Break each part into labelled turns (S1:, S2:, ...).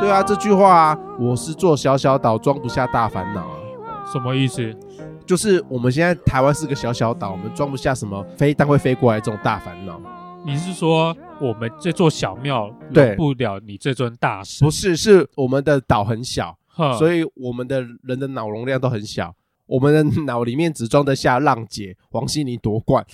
S1: 对啊，这句话啊，我是做小小岛，装不下大烦恼啊。
S2: 什么意思？
S1: 就是我们现在台湾是个小小岛，我们装不下什么飞弹会飞过来这种大烦恼。
S2: 你是说我们这座小庙
S1: 对
S2: 容不了你这尊大神
S1: 不？是，是我们的岛很小，
S2: 哼
S1: 所以我们的人的脑容量都很小，我们的脑里面只装得下浪姐、王心凌夺冠、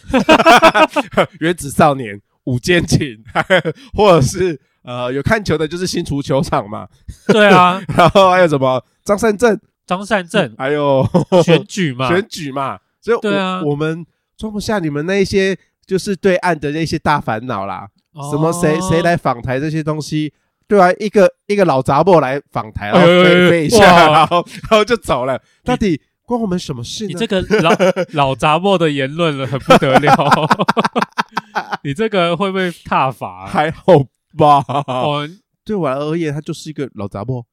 S1: 原子少年、五间情， 或者是呃有看球的，就是新竹球场嘛，
S2: 对啊，
S1: 然后还有什么张善政，
S2: 张 善政
S1: 还有
S2: 选举嘛，
S1: 哦选举嘛，所以我
S2: 对啊
S1: 我们装不下你们那一些就是对岸的那些大烦恼啦，
S2: 哦
S1: 什么谁谁？来访台这些东西，对啊，一个一个老杂货来访台，然后
S2: 哎呦哎呦
S1: 飞飞一下，
S2: 哇
S1: 然后然后就走了，到底关我们什么事
S2: 你
S1: 呢
S2: 这？个老 老杂货的言论了，很不得了。 你这个会不会踏伐、啊
S1: 还好吧，
S2: 哦，
S1: 对我而言，他就是一个老杂 货，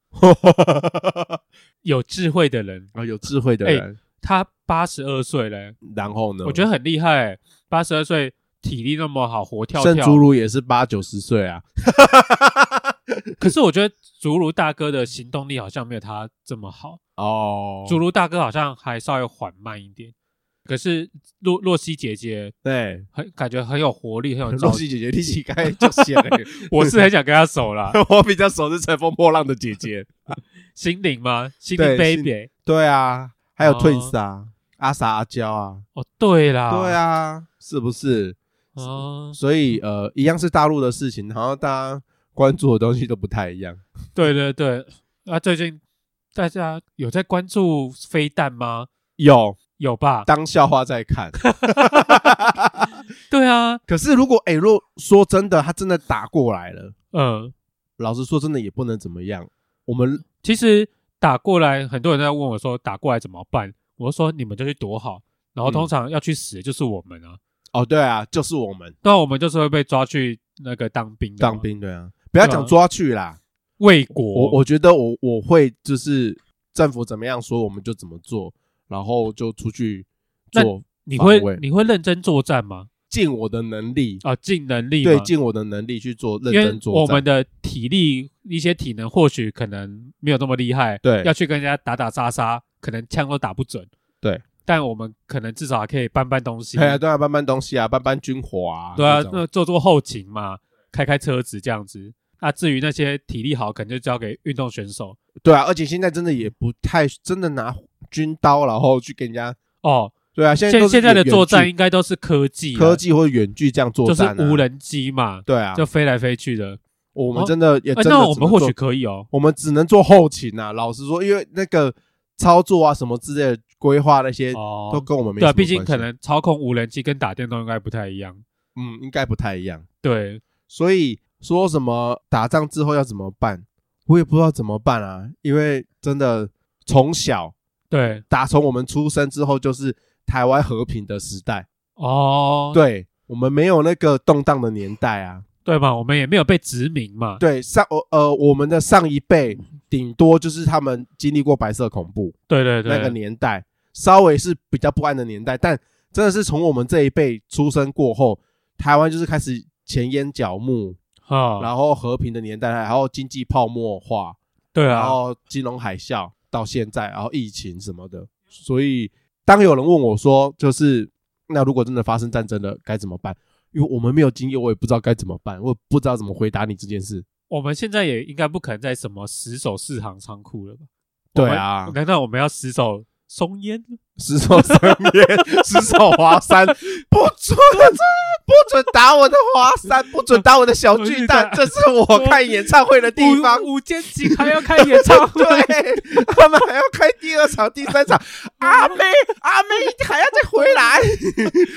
S2: 有智慧的人，
S1: 啊，有智慧的人。
S2: 他八十二岁了，
S1: 然后呢？
S2: 哎我觉得很厉害。欸八十二岁，体力那么好，活跳
S1: 圣
S2: 跳
S1: 竹。如也是八九十岁啊，
S2: 可是我觉得竹如大哥的行动力好像没有他这么好。
S1: 哦，
S2: 竹如大哥好像还稍微缓慢一点，可是洛洛西姐姐
S1: 对，
S2: 很感觉很有活力， 很有朝
S1: 洛
S2: 气。
S1: 西姐姐力气该就显了。
S2: 我是很想跟她熟啦，
S1: 我比较熟是乘风破浪的姐姐，
S2: 心灵吗？心
S1: 对心
S2: 灵 baby。
S1: 对啊，还有
S2: 哦
S1: Twins 啊，阿傻阿娇啊，
S2: 哦，对啦，
S1: 对，啊，是不是？
S2: 哦，
S1: 所以呃，一样是大陆的事情，然后大家关注的东西都不太一样。
S2: 对对对。啊，最近大家有在关注飞弹吗？
S1: 有
S2: 有吧？
S1: 当笑话在 看，
S2: 对啊，
S1: 可是如果哎、如果说真的，他真的打过来了，
S2: 嗯，
S1: 老实说，真的也不能怎么样。我们
S2: 其实打过来，很多人在问我说打过来怎么办？我就说你们就去躲好，然后
S1: 嗯
S2: 通常要去死的就是我们啊，
S1: 哦，对啊，就是我们
S2: 那、我们就是会被抓去那个当兵的嘛
S1: 当，兵，对啊，不要讲抓去啦，
S2: 为国，
S1: 我我觉得我我会就是政府怎么样说我们就怎么做，然后就出去
S2: 那
S1: 做，
S2: 你会
S1: 防卫
S2: 你会认真作战吗？尽
S1: 尽我的能力，
S2: 啊，尽能力
S1: 对，
S2: 吗
S1: 尽我的能力去做认
S2: 因为
S1: 真作
S2: 我
S1: 战
S2: 们。的体力一些体能或许可能没有那么厉害，
S1: 对
S2: 要去跟人家打打杀杀，可能枪都打不准，
S1: 对，
S2: 但我们可能至少还可以搬搬东西，
S1: 对啊，对啊，搬搬东西啊，搬搬军火啊，
S2: 对啊
S1: 这，种
S2: 那做做后勤嘛，开开车子这样子。那、至于那些体力好，可能就交给运动选手
S1: 对啊，而且现在真的也不太真的拿军刀，然后去跟人家，
S2: 哦。
S1: 对啊，现在
S2: 现
S1: 都是
S2: 现在的
S1: 远
S2: 作战
S1: 距
S2: 应该都是科技了，
S1: 科技或远距这样作
S2: 就是
S1: 战、啊，
S2: 无，人机嘛，
S1: 对啊，
S2: 就飞来飞去的。
S1: 我们
S2: 哦
S1: 真的也
S2: 呃
S1: 真的只能
S2: 那
S1: 做、
S2: 我们或许可以哦。
S1: 我们只能做后勤啊。老实说，因为那个操作啊什么之类的规划那些、都
S2: 哦，
S1: 跟我们没
S2: 对啊，
S1: 什么
S2: 毕竟
S1: 关
S2: 可
S1: 系
S2: 能操控无人机跟打电动应该不太一样。
S1: 嗯应该不太一样，
S2: 对，
S1: 所以说什么打仗之后要怎么办，我也不知道怎么办啊，因为真的从小
S2: 对
S1: 打从我们出生之后，就是台湾和平的时代，
S2: 哦，
S1: 对我们没有那个动荡的年代啊。
S2: 对嘛，我们也没有被殖民嘛。
S1: 对上呃呃，我们的上一辈顶多就是他们经历过白色恐怖
S2: 对对对，
S1: 那个年代，稍微是比较不安的年代，但真的是从我们这一辈出生过后，台湾就是开始前烟角木，
S2: 哈，
S1: 然后和平的年代，然后经济泡沫化，
S2: 对
S1: 然
S2: 啊，
S1: 后金融海啸到现在，然后疫情什么的，所以当有人问我说，就是那如果真的发生战争了该怎么办？因为我们没有经验，我也不知道该怎么办，我也不知道怎么回答你这件事。
S2: 我们现在也应该不可能在什么十手四行仓库了吧？
S1: 对啊
S2: 我们难道我们要十手松烟？
S1: 十手生烟，十手华 山，不准，不准打我的华山，不准打我的小巨蛋，这是我看演唱会的地方。
S2: 五间琴还要开演唱 会？
S1: 对，他们还要开第二场、第 三场，阿妹，阿妹还要再回 来，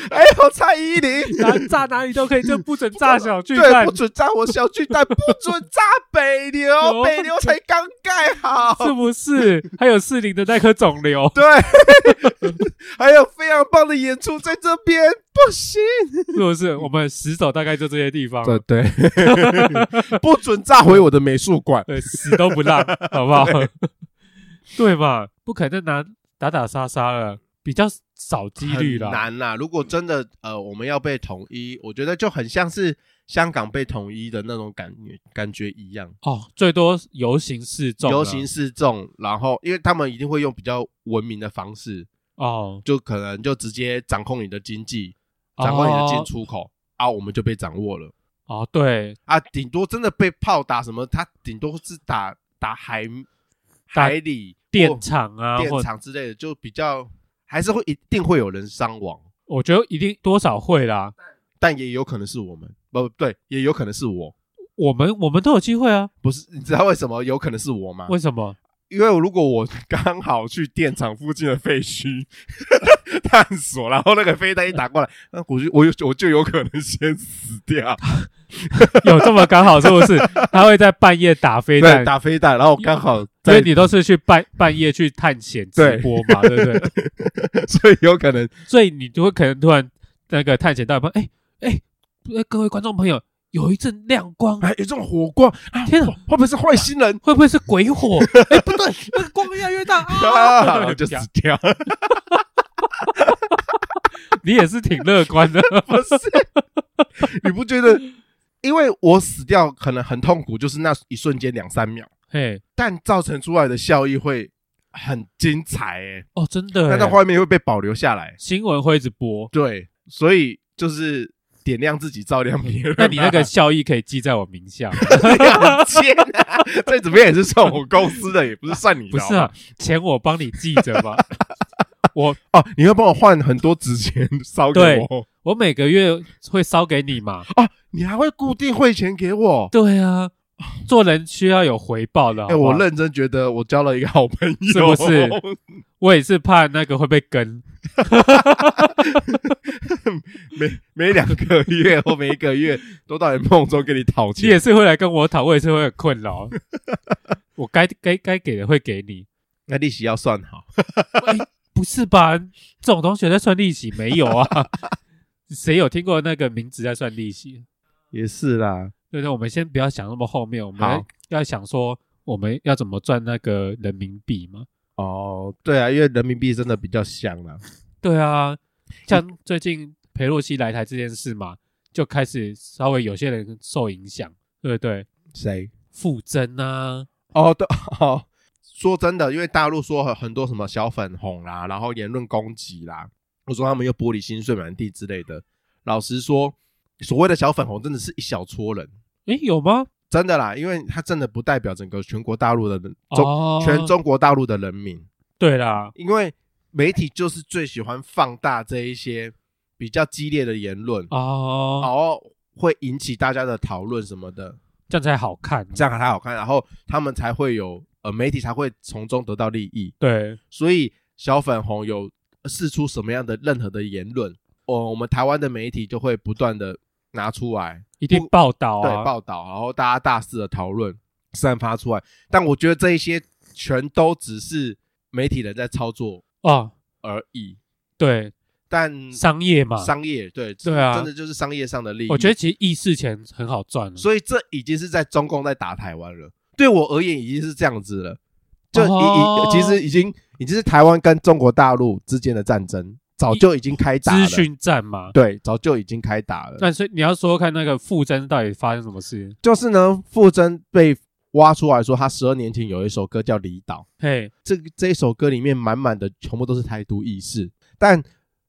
S1: 还有蔡依林，
S2: 哪炸哪里都可以，就不准炸小巨
S1: 对，
S2: 蛋
S1: 不。准炸我小巨蛋，不准炸北 流，
S2: 有
S1: 北流才刚盖好
S2: 是，不是？还有四零的那颗肿瘤，
S1: 对，还有非常棒的演出在这边，不行，
S2: 是不是？我们死守大概就这些地方了，
S1: 对，不准炸毁我的美术馆，
S2: 对，死都不让，好 不好？ 对嘛，不可能拿打打杀杀了，比较少几率
S1: 很啊
S2: 啦。
S1: 难啦。如果真的呃，我们要被统一，我觉得就很像是香港被统一的那种感觉感觉一样。
S2: 哦，最多游行示众了，
S1: 游行示众，然后因为他们一定会用比较文明的方式，
S2: 哦，
S1: 就可能就直接掌控你的经济，掌控你的进出口、啊，我们就被掌握了
S2: 哦哦，对，
S1: 啊。顶多真的被炮打什么，他顶多是打打海
S2: 打
S1: 海里
S2: 电、厂啊，
S1: 或
S2: 或
S1: 哦电厂之类的，就比较还是会一定会有人伤亡，
S2: 我觉得一定多少会啦。
S1: 但也有可能是我们，不对，也有可能是我。
S2: 我们我们都有机会啊，
S1: 不是，你知道为什么有可能是我吗？
S2: 为什么？
S1: 因为如果我刚好去电厂附近的废墟 探索，然后那个飞弹一打过来，那我就我就我就有可能先死掉。
S2: 有这么刚好是不是？他会在半夜打飞弹
S1: 对，，打飞弹，然后刚好
S2: 因
S1: 在
S2: 为，你都是去半半夜去探险直
S1: 对
S2: 播嘛，对不对？
S1: 所以有可能
S2: 所以你就会可能突然那个探险到一半，哎哎，呃各位观众朋友，有一阵亮光，
S1: 哎有这种火光，啊
S2: 天啊
S1: 会会不会是外星 人？
S2: 会不会是 鬼火？哎，不对，那个光越来越大
S1: 啊，然
S2: 啊！
S1: 后就死掉。
S2: 你也是挺乐观的，
S1: 不是，你不觉 得？因为我死掉可能很痛苦，就是那一瞬间两三秒，
S2: 嘿，
S1: 但造成出来的效益会很精彩、欸，
S2: 哦，真的
S1: 哎，
S2: 欸，
S1: 那画面会被保留下来。
S2: 新闻会一直 播，
S1: 对，所以就是点亮自己，照亮别 人啊。
S2: 那你那个效益可以记在我 名下吗，
S1: 很贱啊！这怎么也是算我公司的， 也不是算你的。
S2: 不是啊？钱我帮你记着吧。 我
S1: 好不好？哦，你要帮我换很多纸钱烧给
S2: 对
S1: 我
S2: 我每个月会烧给你嘛？
S1: 哦，你还会固定汇钱给我？
S2: 对啊，做人需要有回报的。
S1: 哎、
S2: 好不好
S1: 我认真觉得我交了一个好朋
S2: 是
S1: 友，
S2: 不是？我也是怕那个会被跟。
S1: 每每两个月或每一个月都到你梦中跟你讨
S2: 你
S1: 钱
S2: 也。是会来跟我讨，我也是会很困扰。 我该该该给的会给你，哎
S1: 那利息要算好，
S2: 不是吧？这种同学在算利息没有啊？谁有听过那个名字在算利息？
S1: 也是啦。
S2: 对对，我们先不要想那么后面，我们
S1: 好
S2: 要想说我们要怎么赚那个人民币嘛？
S1: 哦，对啊，因为人民币真的比较香啦。
S2: 对啊，像最近裴洛西来台这件事嘛，就开始稍微有些人受影响，对不对？
S1: 谁？
S2: 傅征啊，
S1: 哦，对 哦，说真的，因为大陆说很很多什么小粉红啦，然后言论攻击啦，我说他们又玻璃心碎满地之类的。老实说，所谓的小粉红真的是一小撮人，
S2: 诶，有吗？
S1: 真的啦，因为他真的不代表整个全国大陆的人，中、
S2: 哦，
S1: 全中国大陆的人民，
S2: 对啦，
S1: 因为媒体就是最喜欢放大这一些比较激烈的言论，
S2: 哦，
S1: 然后会引起大家的讨论什么的，
S2: 这样才好看。
S1: 这样才好看，然后他们才会有呃媒体才会从中得到利益。
S2: 对，
S1: 所以小粉红有释出什么样的任何的言论，哦我我们台湾的媒体就会不断的拿出来，
S2: 一定报道
S1: 对
S2: 啊，
S1: 报道，然后大家大肆的讨论，散发出来。但我觉得这一些全都只是媒体人在操作
S2: 哦，
S1: 而已，
S2: 对，
S1: 但
S2: 商业嘛，
S1: 嗯商业对
S2: 对啊
S1: 真的就是商业上的利益。
S2: 我觉得，其实议事钱很好赚啊。
S1: 所以这已经是在中共在打台湾了。对我而言，已经是这样子了。就已已、
S2: 哦
S1: 其实已经已经是台湾跟中国大陆之间的战争，早就已经开打了。
S2: 资讯站嘛，
S1: 对，早就已经开打了。
S2: 那所以你要说说看那个傅征到底发生什么事？
S1: 就是呢，傅征被挖出来说，他十二年前有一首歌叫《离岛》，
S2: 嘿，
S1: 这这一首歌里面满满的全部都是台独意识。但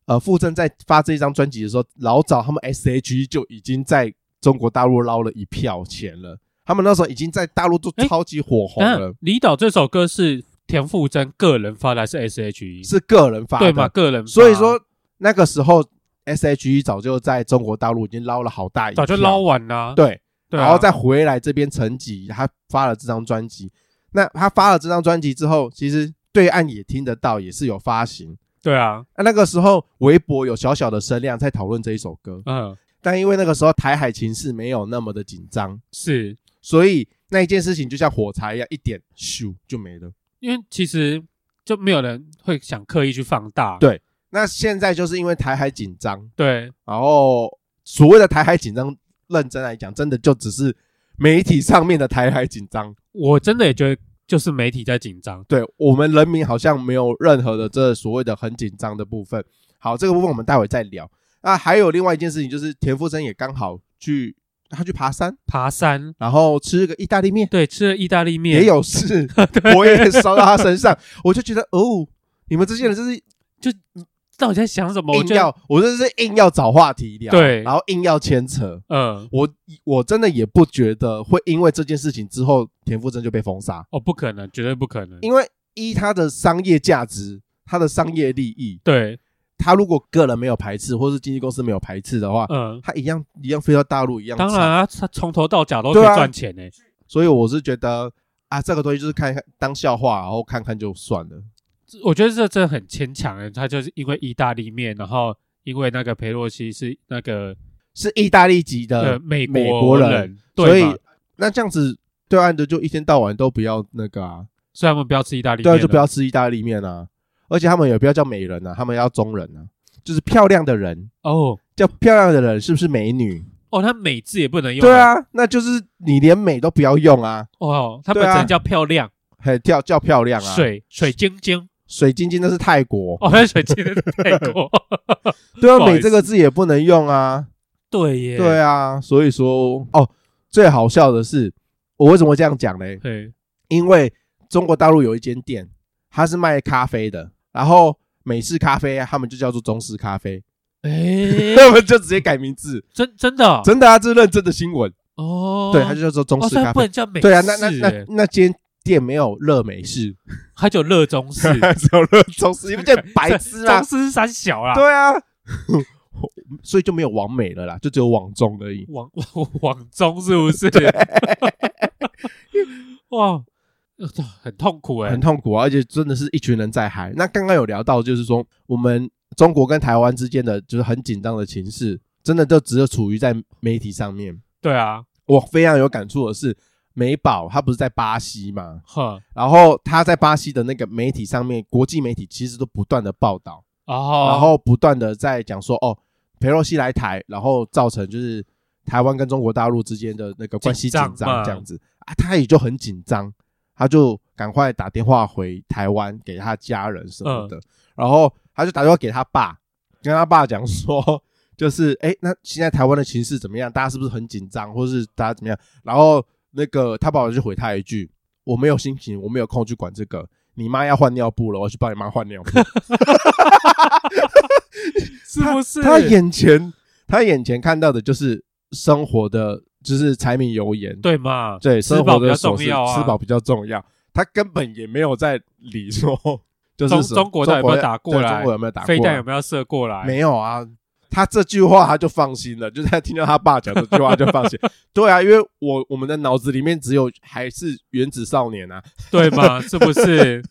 S1: 呃，傅征在发这张专辑的时候，老早他们 S.H.E 就已经在中国大陆捞了一票钱了，他们那时候已经在大陆就
S2: 哎
S1: 超级火红
S2: 等
S1: 了，
S2: 下离岛这首歌是田馥甄个人发的还是 S.H.E？
S1: 是个人发
S2: 对嘛，
S1: 的，
S2: 个人发。啊
S1: 所以说那个时候 S.H.E 早就在中国大陆已经捞了好大一票，
S2: 早就捞完啦。
S1: 对。
S2: 对啊，
S1: 然后再回来这边沉寂，他发了这张专辑。那他发了这张专辑之后，其实对岸也听得到，也是有发行。
S2: 对啊，
S1: 那那个时候，微博有小小的声量在讨论这一首歌，
S2: 嗯，
S1: 但因为那个时候台海情势没有那么的紧张，
S2: 是
S1: 所以那一件事情就像火柴一样，一点咻就没了。
S2: 因为其实就没有人会想刻意去放大。
S1: 对那现在就是因为台海紧张，
S2: 对，
S1: 然后所谓的台海紧张，认真来讲，真的就只是媒体上面的台海紧张，
S2: 我真的也觉得就是媒体在紧张。
S1: 对我们人民好像没有任何的这所谓的很紧张的部分。好，这个部分我们待会再聊。那还有另外一件事情，就是田馥甄也刚好去他去爬山，
S2: 爬山，
S1: 然后吃个意大利面，
S2: 对，吃了意大利面，
S1: 也有 事，我也烧到他身上，我就觉得哦，你们这些人真是
S2: 到底在想什么？我
S1: 硬
S2: 觉得，
S1: 要，我真是硬要找话题聊，
S2: 对
S1: 然后硬要牵扯。
S2: 嗯，
S1: 我我真的也不觉得会因为这件事情之后田馥甄就被封杀，
S2: 哦，不可能，绝对不可能，
S1: 因为依他的商业价值，他的商业利益，
S2: 对，
S1: 他如果个人没有排斥，或是经纪公司没有排斥的话，
S2: 嗯，
S1: 他一样一样飞到大陆一样
S2: 当然
S1: 惨。
S2: 啊，他从头到脚都可以
S1: 对啊
S2: 赚钱欸呢。
S1: 所以我是觉得啊，这个东西就是看看当笑话，然后看看就算了。
S2: 我觉得这真的很牵强的，他就是因为意大利面，然后因为那个裴洛西是那个
S1: 是意大利籍
S2: 呃
S1: 的，
S2: 美
S1: 美国人
S2: 人，
S1: 所
S2: 对
S1: 以
S2: 嘛，
S1: 那这样子对岸的就一天到晚都不要那个啊，
S2: 所以他们不要吃意大利
S1: 对啊，
S2: 面，
S1: 就不要吃意大利面啊，而且他们也不要叫美人啊，他们要中人啊，就是漂亮的人，
S2: 哦
S1: 叫漂亮的人是不是美女？
S2: 哦，他美字也不能用，
S1: 对，啊，那就是你连美都不要用啊，
S2: 哦，他们
S1: 对啊
S2: 只能叫漂亮
S1: 嘿，叫叫漂亮啊，
S2: 水水晶晶，
S1: 水晶晶那是泰国，
S2: 哦，那水晶是泰国，
S1: 对
S2: 不
S1: 啊，
S2: 好意思
S1: 美这个字也不能用啊，
S2: 对 耶，
S1: 对啊，所以说哦，最好笑的是，我为什么会这样讲呢？
S2: 对，
S1: 因为中国大陆有一间店，它是卖咖啡的，然后美式咖啡啊他们就叫做中式咖啡，
S2: 哎，
S1: 他们就直接改名字，
S2: 真真的哦
S1: 真的啊，这是认真的新闻，
S2: 哦，
S1: 对，它就叫做中
S2: 哦，
S1: 式
S2: 所以
S1: 咖
S2: 不
S1: 啡，
S2: 能叫美式，
S1: 对啊，那那那 那间店没有热美式，
S2: 他就热 中式，
S1: 只有热中式，你不见白痴啊
S2: 中？式是三小啦，
S1: 对啊， 所以就没有王美了啦，就只有网中而已。
S2: 网 网中是不是？ 哇，呃很痛苦哎、
S1: 很痛苦啊，而且真的是一群人在嗨。那刚刚有聊到，就是说我们中国跟台湾之间的就是很紧张的情势，真的就只有处于在媒体上面。
S2: 对啊，
S1: 我非常有感触的是，美宝他不是在巴西嘛，
S2: 哼，
S1: 然后他在巴西的那个媒体上面，国际媒体其实都不断的报道，
S2: 然后
S1: 然后不断的在讲说，哦，裴洛西来台，然后造成就是台湾跟中国大陆之间的那个关系
S2: 紧
S1: 紧
S2: 张嘛
S1: 张这样子啊，他也就很紧张，他就赶快打电话回台湾给他家人什么
S2: 嗯
S1: 的，然后他就打电话给他爸，跟他爸讲说。 就是哎、诶那现在台湾的情势怎么样？大家是不是很紧张，或是大家怎么样？然后那个他爸爸就回他一句：“我没有心情，我没有空去管这个。你妈要换尿布了，我要去帮你妈换尿布。”
S2: 是不是
S1: 他眼前他眼前看到的就是生活的，就是柴米油盐，
S2: 对嘛？
S1: 对，
S2: 吃
S1: 生
S2: 饱
S1: 活
S2: 比较
S1: 的琐
S2: 重
S1: 事，
S2: 要啊。
S1: 吃饱比较重要。他根本也没有在理说， 就是
S2: 中
S1: 什么
S2: 中国到底有没有打过
S1: 对
S2: 来
S1: 中国有没有打过
S2: 飞弹
S1: 来
S2: 有？没有射过来？
S1: 没有啊。他这句话他就放心了，就是他听到他爸讲这句话就放心。 对啊，因为我我们的脑子里面只有还是原子少年啊。
S2: 对嘛？是不 是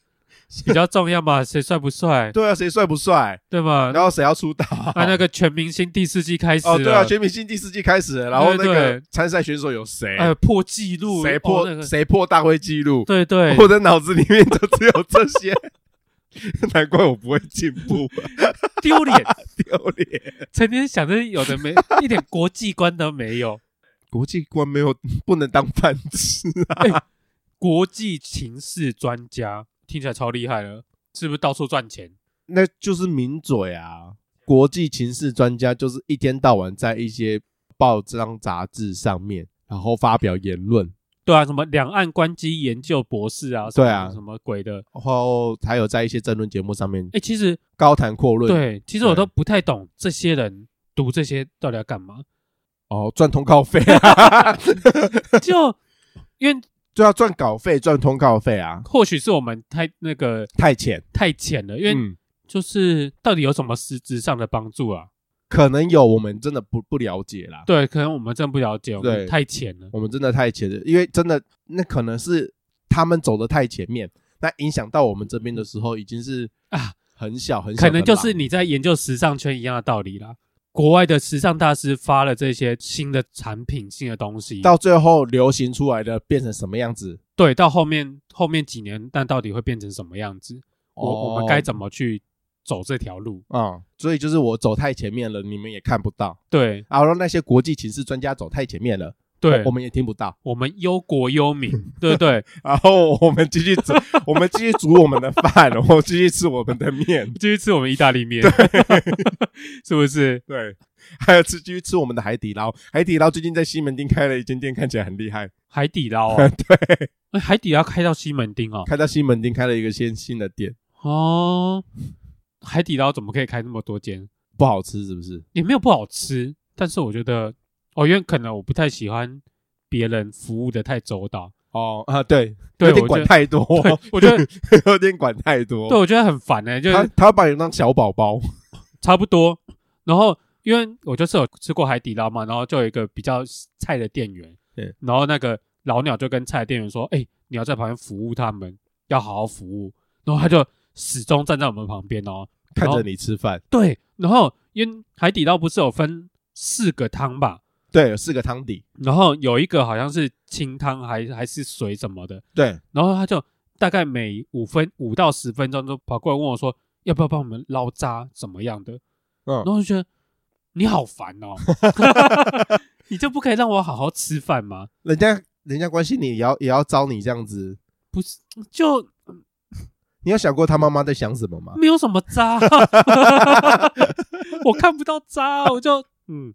S2: 比较重要嘛？谁帅不帅？
S1: 对啊，谁帅不帅？
S2: 对嘛？
S1: 然后谁要出道？
S2: 嗯啊那那个全明星第四季开始
S1: 哦，对啊，
S2: 了，
S1: 全明星第四季开始了，然后那
S2: 对
S1: 个
S2: 对
S1: 参赛选手有谁？
S2: 哎，破纪录，
S1: 谁
S2: 哦
S1: 破、
S2: 那个
S1: 谁破大会纪录？
S2: 对对，
S1: 我的脑子里面就只有这些，难怪我不会进步，
S2: 丢脸！
S1: 丢脸。
S2: 成天想着有的没， 一点国际观都没有。
S1: 国际观没有不能当饭吃啊！
S2: 国际情势专家，听起来超厉害了，是不是到处赚钱？
S1: 那就是名嘴啊。国际情势专家就是一天到晚在一些报章杂志上面，然后发表言论，
S2: 对啊，什么两岸关机研究博士啊，什么
S1: 对啊
S2: 什么鬼的？
S1: 然后还有在一些政论节目上面
S2: 哎、其实
S1: 高谈阔论，，
S2: 对，其实我
S1: 对
S2: 都不太懂这些人读这些到底要干嘛。
S1: 哦，赚通告费、啊，
S2: 就因为
S1: 就要赚稿费，赚通告费啊，
S2: 或许是我们太那个
S1: 太浅，
S2: 太浅了，因为
S1: 嗯。
S2: 就是到底有什么实质上的帮助啊？
S1: 可能有，我们真的不不了解啦。
S2: 对，可能我们真不了解，我们
S1: 对
S2: 太浅了。
S1: 我们真的太前了，因为真的那可能是他们走的太前面，那影响到我们这边的时候已经是
S2: 啊
S1: 啊很小很小的
S2: 可
S1: 浪，
S2: 能就是你在研究时尚圈一样的道理啦。国外的时尚大师发了这些新的产品、新的东西，
S1: 到最后流行出来的变成什么样子，
S2: 对到后面后面几年，但到底会变成什么样子？我
S1: 哦
S2: 我们该怎么去走这条路？
S1: 啊、嗯所以就是我走太前面了，你们也看不到。
S2: 对
S1: 然后那些国际情势专家走太前面了，
S2: 对
S1: 我，们也听不到。
S2: 我们忧国 忧民，对不对？
S1: 然后我们继续煮，我们继续煮我们的饭，然后继续吃我们的面，
S2: 继续吃我们意大利面， 是不是？
S1: 对，还有吃继续吃我们的海底捞。海底捞最近在西门町开了一间店，看起来很厉害。
S2: 海底捞 啊，
S1: 对，
S2: 哎海底捞开到西门町哦，
S1: 哦开到西门町开了一个新新的店，
S2: 哦，海底捞怎么可以开那么多间？
S1: 不好吃是不是？
S2: 也没有不好吃，但是我觉得，哦，因为可能我不太喜欢别人服务的太周到，
S1: 哦啊，对，
S2: 对
S1: 有点
S2: 我
S1: 管
S2: 觉得
S1: 太多
S2: 对，我觉得
S1: 有点管太多。
S2: 对我觉得很烦呢、欸就
S1: 他
S2: 是
S1: 他把你当小宝宝，
S2: 差不多。然后因为我就是有吃过海底捞嘛，然后就有一个比较菜的店员，
S1: 对，
S2: 然后那个老鸟就跟菜的店员说：“哎、你要在旁边服务他们，要好好服务。”然后他就始终站在我们旁边哦，
S1: 看
S2: 然
S1: 着
S2: 后
S1: 你吃饭。
S2: 对，然后因为海底捞不是有分四个汤吧？
S1: 对，有四个汤底。
S2: 然后有一个好像是清汤还还是水什么的，
S1: 对，
S2: 然后他就大概每五分五到十分钟就跑过来问我说要不要帮我们捞渣怎么样的，然
S1: 嗯，
S2: 后我就觉得你好烦 哦，你就不可以让我好好吃饭吗？
S1: 人家人家关心你，也要也要招你这样子。
S2: 不是，就
S1: 你有想过他妈妈在想什么吗？
S2: 没有什么 渣，我看不到渣，我就嗯，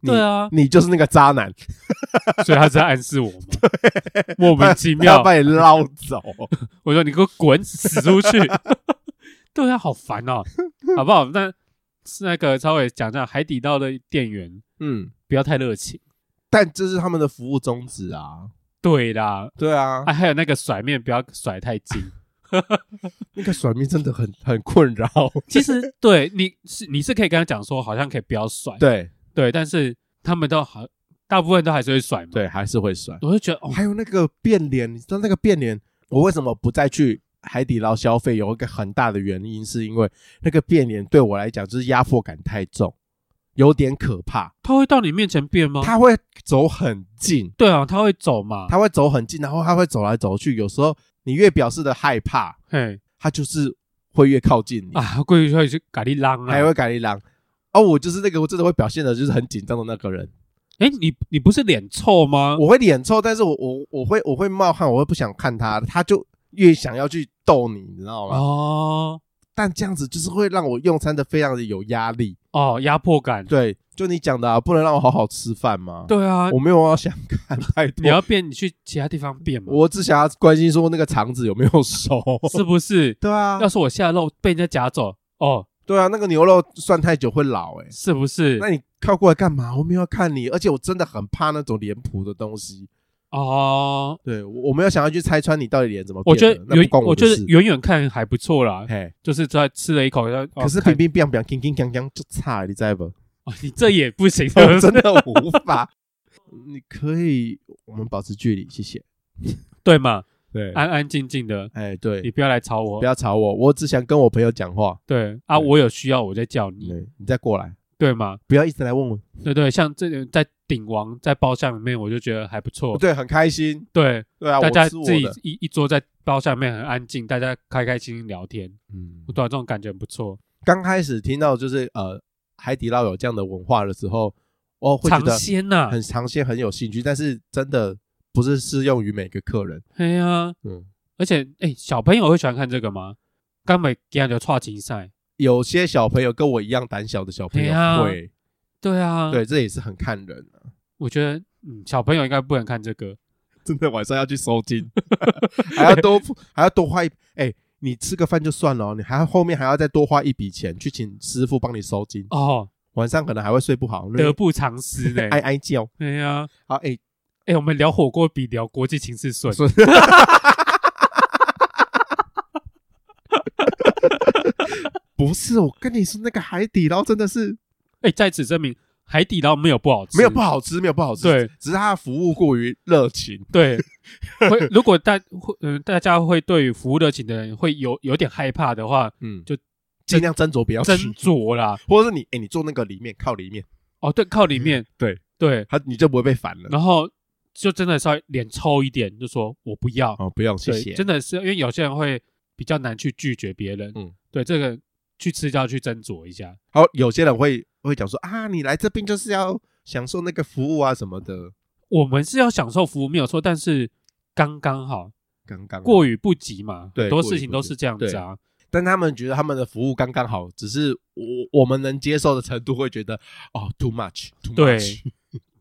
S1: 你
S2: 对啊，
S1: 你就是那个渣男，
S2: 所以他是在暗示我嘛， 莫名其
S1: 他要
S2: 妙，
S1: 把你捞 走。
S2: 我说你给我滚死 出去！对啊，好烦哦，好不好？那是那个稍微讲一下海底捞的店员
S1: 嗯，
S2: 不要太热情。
S1: 但这是他们的服务宗旨啊。
S2: 对啦，
S1: 对啊，
S2: 啊，还有那个甩面不要甩太 近。
S1: 那个甩面真的很很困扰。
S2: 其实对你是你是可以跟他讲说，好像可以不要甩，
S1: 对
S2: 对但是他们都好，大部分都还是会甩嘛。，
S1: 对，还是会甩。
S2: 我就觉得哦，
S1: 还有那个变脸，你知道那个变脸，我为什么不再去海底捞消费？有一个很大的原因，是因为那个变脸对我来讲就是压迫感太重，有点可怕。
S2: 他会到你面前变吗？
S1: 他会走很近，
S2: 对啊，他会走嘛。
S1: 他会走很近，然后他会走来走去。有时候你越表示的害怕，
S2: 嘿
S1: 他就是会越靠近你，
S2: 啊，过去会去咖喱浪
S1: 还
S2: 啊。
S1: 会改你狼。哦，我就是那个我真的会表现的就是很紧张的那个人，
S2: 哎，你你不是脸臭吗？
S1: 我会脸臭，但是我我我会我会冒汗，我会不想看他，他就越想要去逗你，你知道吗？
S2: 哦
S1: 但这样子就是会让我用餐的非常的有压力。
S2: 哦，压迫感。
S1: 对，就你讲的、啊，不能让我好好吃饭吗？，
S2: 对啊，
S1: 我没有要想看，拜
S2: 你
S1: 托，
S2: 要变，你去其他地方变嘛，
S1: 我只想要关心说那个肠子有没有熟。
S2: 是不是？
S1: 对啊
S2: 要，是我下肉被人家夹走，哦，
S1: 对啊，那个牛肉涮太久会老哎、
S2: 是不是
S1: 那？你靠过来干嘛？我没有要看你，而且我真的很怕那种脸谱的东西。
S2: 哦，
S1: 对，我我没有想要去拆穿你到底脸怎么
S2: 我
S1: 变
S2: 觉
S1: 的。
S2: 得
S1: 那
S2: 远
S1: 不关，
S2: 我
S1: 我
S2: 觉
S1: 的
S2: 得
S1: 事。
S2: 远远看还不错啦，
S1: 嘿，
S2: 就是在吃了一口，然后
S1: 可是
S2: 哦看
S1: 冰冰冰冰冰冰锵锵就差，你知道 不？
S2: 哦你这也不行，是不
S1: 我
S2: 是
S1: 哦真的无法。 你可以，我们保持距离，谢谢。
S2: 对嘛？
S1: 对
S2: 安安静静的，
S1: 哎，对
S2: 啊你，不要来吵我
S1: 不。要吵我，我只想跟我朋友讲话。
S2: 对啊，
S1: 对
S2: 我有需要我再叫你，
S1: 对，你再过来，
S2: 对吗？
S1: 不要一直来问我。
S2: 对对，像这种在鼎王在包厢里面，我就觉得还不错。
S1: 哦对，很开心。
S2: 对，
S1: 对啊，
S2: 大家
S1: 我吃我
S2: 自己
S1: 的。
S2: 一一桌在包厢里面很安静，大家开开心心聊天，
S1: 嗯
S2: 对啊，这种感觉很不错。
S1: 刚开始听到就是呃海底捞有这样的文化的时候，哦，会觉
S2: 尝
S1: 得
S2: 鲜啊呐、
S1: 很尝鲜，很有兴趣，但是真的不是适用于每个客人。
S2: 哎呀，
S1: 嗯，
S2: 而且哎、小朋友会喜欢看这个吗？刚美给人家跨情赛，
S1: 有些小朋友跟我一样胆小的小朋友
S2: 对啊
S1: 会，
S2: 对啊，，
S1: 对，这也是很看人啊。
S2: 我觉得嗯，小朋友应该不能看这个，
S1: 真的晚上要去收 金，还要多还要多花一哎。你吃个饭就算了哦、你还要后面还要再多花一笔钱去请师傅帮你收金，
S2: 哦，
S1: 晚上可能还会睡不好，
S2: 得不偿失呢、
S1: 哀哀叫。
S2: 对呀、啊，
S1: 好，哎、
S2: 哎、我们聊火锅比聊国际情势顺，
S1: 顺不是，我跟你说，那个海底捞真的是
S2: 哎、在此证明海底捞没有不好吃，
S1: 没有不好吃，没有不好吃，
S2: 对，
S1: 只是它的服务过于热情。
S2: 对，会如果大会嗯、大家会对于服务热情的人会有有点害怕的话，
S1: 嗯，
S2: 就
S1: 尽量斟酌不要
S2: 斟
S1: 去，
S2: 酌啦。
S1: 或者是你哎、你坐那个里面靠里面，
S2: 哦，对，靠里面，
S1: 嗯对
S2: 对，
S1: 他你就不会被烦了。
S2: 然后就真的稍微脸抽一点，就说我不要。
S1: 哦，不用，谢
S2: 对
S1: 谢。
S2: 真的是因为有些人会比较难去拒绝别人。
S1: 嗯，
S2: 对，这个去吃就要去斟酌一下。
S1: 好，有些人会会讲说啊，你来这边就是要享受那个服务啊什么的。
S2: 我们是要享受服务没有错，但是刚刚好，
S1: 刚刚好
S2: 过于不及嘛，
S1: 对
S2: 很多
S1: 过于
S2: 事情
S1: 不
S2: 都
S1: 及
S2: 是这样子啊。
S1: 但他们觉得他们的服务刚刚好，只是我我们能接受的程度会觉得哦，too much，too
S2: 对
S1: much。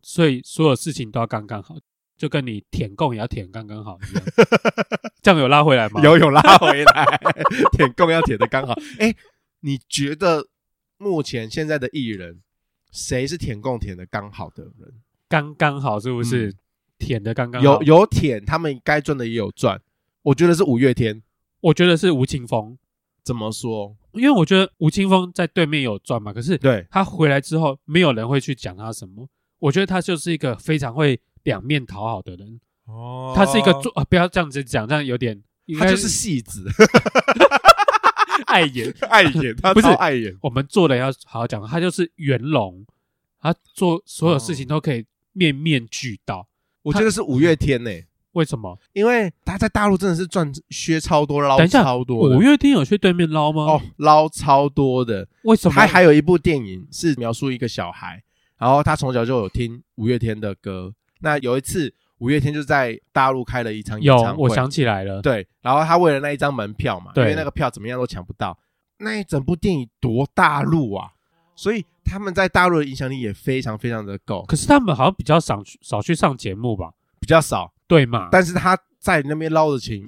S2: 所以所有事情都要刚刚好，就跟你舔供也要舔刚刚好一 样。这样有拉回来吗？，
S1: 游泳 拉回来，舔供要舔的刚好。哎、你觉得目前现在的艺人，谁是舔供舔的刚好的人？
S2: 刚刚好是不是？
S1: 嗯
S2: 舔的刚刚好
S1: 有，有舔，他们该赚的也有赚。我觉得是五月天。
S2: 我觉得是吴青峰，
S1: 怎么说？
S2: 因为我觉得吴青峰在对面有赚嘛，可是
S1: 对，
S2: 他回来之后，没有人会去讲他什么。我觉得他就是一个非常会两面讨好的人，
S1: 哦
S2: 他是一个做、啊，不要这样子讲，这样有点应
S1: 他
S2: 该
S1: 就是戏子，
S2: 碍眼。
S1: 碍眼，他
S2: 不是
S1: 超碍眼。
S2: 我们做人要好好讲，他就是圆融，他做所有事情都可以面面俱到。
S1: 我觉得是五月天呢、
S2: 为什么？
S1: 因为他在大陆真的是赚削超多捞
S2: 等一下
S1: 哦超多的，
S2: 五月天有去对面捞吗？
S1: 哦，捞超多的。
S2: 为什么？
S1: 他还有一部电影是描述一个小孩，然后他从小就有听五月天的歌。那有一次，五月天就在大陆开了一场演
S2: 有
S1: 唱，会，
S2: 我想起来了，
S1: 对，然后他为了那一张门票嘛，因
S2: 对
S1: 为那个票怎么样都抢不到，那一整部电影多大陆啊，所以他们在大陆的影响力也非常非常的够，
S2: 可是他们好像比较少去少去上节目吧？
S1: 比较少，
S2: 对嘛？
S1: 但是他在那边捞的钱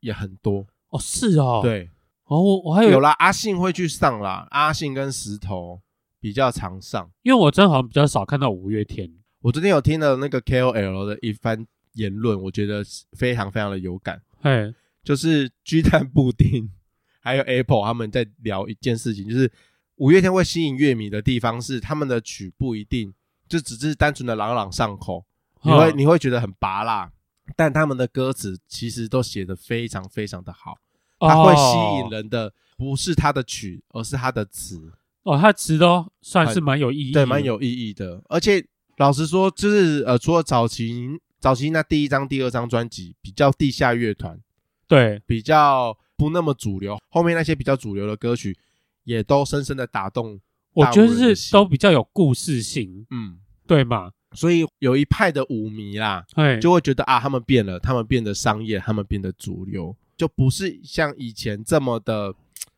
S1: 也很多，
S2: 哦，是哦，，
S1: 对，
S2: 哦，我我还有
S1: 有啦，阿信会去上啦，阿信跟石头比较常上。
S2: 因为我真的好像比较少看到五月天。
S1: 我昨天有听了那个 KOL 的一番言论，我觉得非常非常的有感，
S2: 嘿，
S1: 就是鸡蛋布丁 还有 Apple 他们在聊一件事情，就是五月天会吸引乐迷的地方是他们的曲不一定就只是单纯的朗朗上口，你会
S2: 嗯
S1: 你会觉得很拔辣，但他们的歌词其实都写得非常非常的好，它会吸引
S2: 哦
S1: 人的不是他的曲，而是他的词。
S2: 哦，他词都算是蛮有意义的，
S1: 对，蛮有意义的。而且老实说，就是呃，除了早期早期那第一张、第二张专辑比较地下乐团，
S2: 对
S1: 比较不那么主流，后面那些比较主流的歌曲也都深深的打动，
S2: 我觉
S1: 大陆人
S2: 得
S1: 的
S2: 是
S1: 心
S2: 都比较有故事性，
S1: 嗯，
S2: 对嘛？
S1: 所以有一派的舞迷啦，
S2: 嘿，
S1: 就会觉得啊，他们变了，他们变得商业，他们变得主流，就不是像以前这么的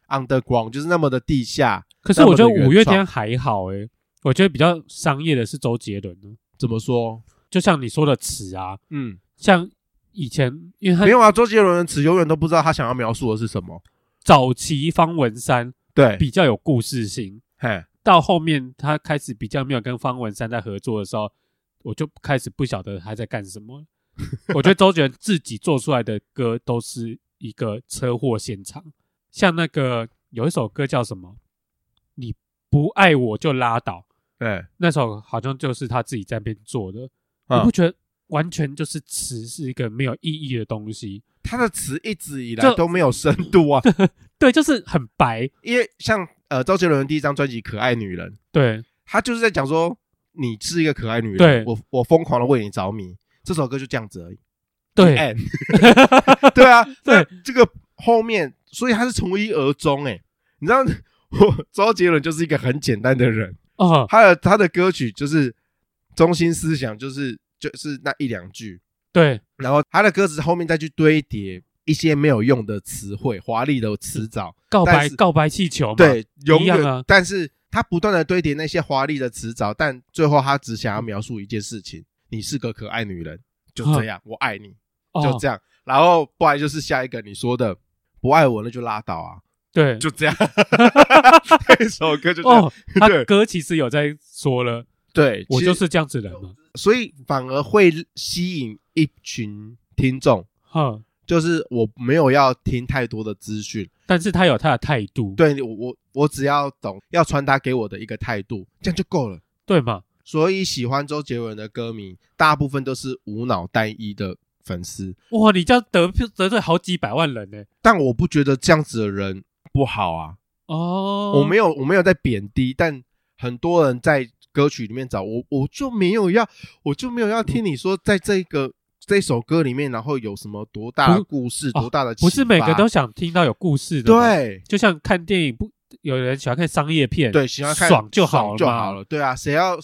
S1: underground，就是那么的地下。
S2: 可是我觉得
S1: 那么的原
S2: 五月天
S1: 创
S2: 还好诶、我觉得比较商业的是周杰伦呢，
S1: 怎么说？
S2: 就像你说的词啊，
S1: 嗯，
S2: 像以前因为他
S1: 没有啊，周杰伦的词永远都不知道他想要描述的是什么。
S2: 早期方文山
S1: 对，
S2: 比较有故事性，
S1: 嘿，
S2: 到后面他开始比较没有跟方文山在合作的时候，我就开始不晓得他在干什么。我觉得周杰伦自己做出来的歌都是一个车祸现场，像那个有一首歌叫什么？你不爱我就拉倒，
S1: 对，
S2: 那首好像就是他自己在那边做的，
S1: 嗯
S2: 你不觉得完全就是词是一个没有意义的东西？
S1: 他的词一直以来
S2: 这
S1: 都没有深度啊，
S2: 对， 就是很白，
S1: 因为像呃周杰伦的第一张专辑《可爱女人》，
S2: 对
S1: 他就是在讲说你是一个可爱女人，
S2: 对
S1: 我我疯狂的为你着迷，这首歌就这样子而已。
S2: 对，
S1: 哎，对 啊，
S2: 对
S1: 对这个后面，所以他是从一而终哎、你知道 我周杰伦就是一个很简单的人，
S2: 哦，
S1: 他的他的歌曲就是中心思想就是就是那一两句，
S2: 对，
S1: 然后他的歌词后面再去堆叠一些没有用的词汇、华丽的词藻。
S2: 告
S1: 但
S2: 白
S1: 是
S2: 告白气球嘛，
S1: 对，永
S2: 样
S1: 远，
S2: 啊
S1: 但是他不断的堆叠那些华丽的词藻，但最后他只想要描述一件事情：你是个可爱女人，就这样，我爱你，
S2: 嗯哦，
S1: 就这样。然后不然就是下一个你说的不爱我，那就拉倒 啊，
S2: 对，
S1: 就这样。这首歌就这样，
S2: 哦，他
S1: 对
S2: 歌其实有在说了，
S1: 对，
S2: 我
S1: 其
S2: 就
S1: 实
S2: 是这样子的人嘛，
S1: 所以反而会吸引一群听众，
S2: 哈，
S1: 就是我没有要听太多的资讯。
S2: 但是他有他的态度，
S1: 对我我我只要懂要传达给我的一个态度，这样就够了。
S2: 对嘛，
S1: 所以喜欢周杰伦的歌迷，大部分都是无脑单一的粉丝，
S2: 哇，你这样得得罪好几百万人呢，
S1: 但我不觉得这样子的人不好啊。
S2: 哦，
S1: 我没有我没有在贬低，但很多人在歌曲里面找我，我就没有要，我就没有要听你说在这个。这首歌里面，然后有什么多大的故事、
S2: 哦
S1: 多大的启发、
S2: 不是每个都想听到有故事的嘛，
S1: 对
S2: 就像看电影不。有人喜欢看商业片，
S1: 对，喜欢看
S2: 爽就好了
S1: 爽
S2: 嘛
S1: 就好了。对啊，谁要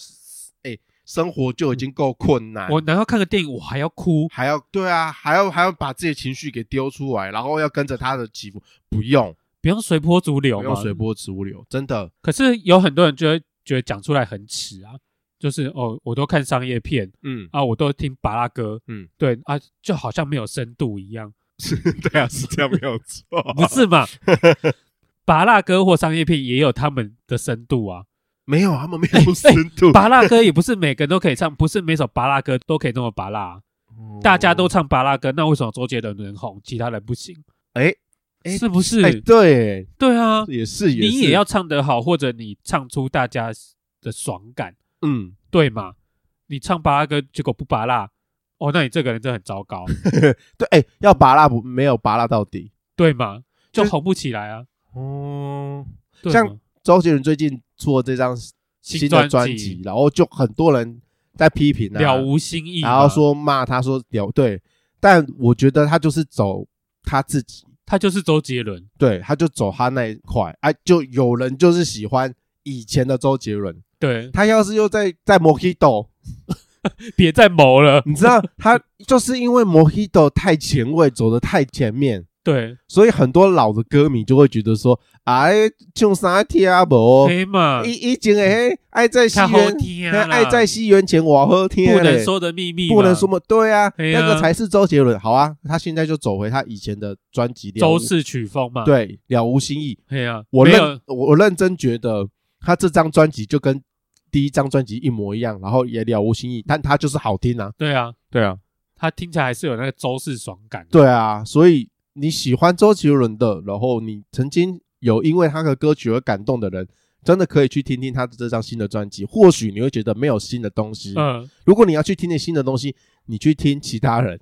S1: 哎、生活就已经够困难，
S2: 我难道看个电影我还要哭？
S1: 还要对啊，还要还要把自己的情绪给丢出来，然后要跟着他的起伏，不用
S2: 不用随波逐流
S1: 不用
S2: 嘛。
S1: 随波逐流，真的
S2: 可是有很多人就会觉得讲出来很耻啊，就是哦，我都看商业片
S1: 嗯，
S2: 啊，我都听巴拉歌，
S1: 嗯
S2: 嗯，对啊，就好像没有深度一样，
S1: 对啊，是这样没有错，
S2: 不 是嘛？巴拉歌或商业片也有他们的深度啊，
S1: 没有他们没有深度，
S2: 巴拉歌也不是每个人都可以唱，不是每首巴拉歌都可以那么巴拉啊、
S1: 哦
S2: 大家都唱巴拉歌，那为什么周杰伦能红，其他人不行？
S1: 哎哎
S2: 是不是？
S1: 哎对，
S2: 对啊，
S1: 也是也是
S2: 你也要唱得好，或者你唱出大家的爽感，
S1: 嗯，
S2: 对吗？你唱巴拉歌，结果不巴拉，哦，那你这个人真的很糟糕，
S1: 对哎要拔蜡不没有拔蜡到底
S2: 对吗？
S1: 就
S2: 就是红不起来啊。
S1: 哦，
S2: 对
S1: 像
S2: 吗
S1: 周杰伦最近出了这张新的专辑，，然后就很多人在批评啊，
S2: 了无新意嘛，
S1: 然后说骂他说屌对，但我觉得他就是走他自己，
S2: 他就是周杰伦，
S1: 对，他就走他那一块，哎、就有人就是喜欢以前的周杰伦，
S2: 对，
S1: 他要是又在在 Mojito，
S2: 别再谋了，
S1: 你知道他就是因为 Mojito 太前卫，走的太前面。
S2: 对，
S1: 所以很多老的歌迷就会觉得说，哎，唱啥听啊无？
S2: 黑嘛，
S1: 以以前诶，爱在西
S2: 他好
S1: 元，
S2: 听
S1: 嘿
S2: 啊啦，
S1: 爱在西元前我喝天嘞，
S2: 不能说的秘密嘛，
S1: 不能说嘛，对啊，
S2: 对啊
S1: 那个才是周杰伦。好啊，他现在就走回他以前的专辑了无
S2: 周，氏曲风嘛，，
S1: 对，了无新意。
S2: 嘿啊，
S1: 我
S2: 没
S1: 认
S2: 有，
S1: 我我认真觉得他这张专辑就跟第一张专辑一模一样，然后也了无新意，但他就是好听啊。
S2: 对啊，
S1: 对啊，
S2: 他听起来还是有那个周氏爽感，，
S1: 对啊，所以你喜欢周杰伦的，然后你曾经有因为他的歌曲而感动的人。真的可以去听听他的这张新的专辑，或许你会觉得没有新的东西。
S2: 嗯，
S1: 如果你要去听听新的东西，你去听其他人，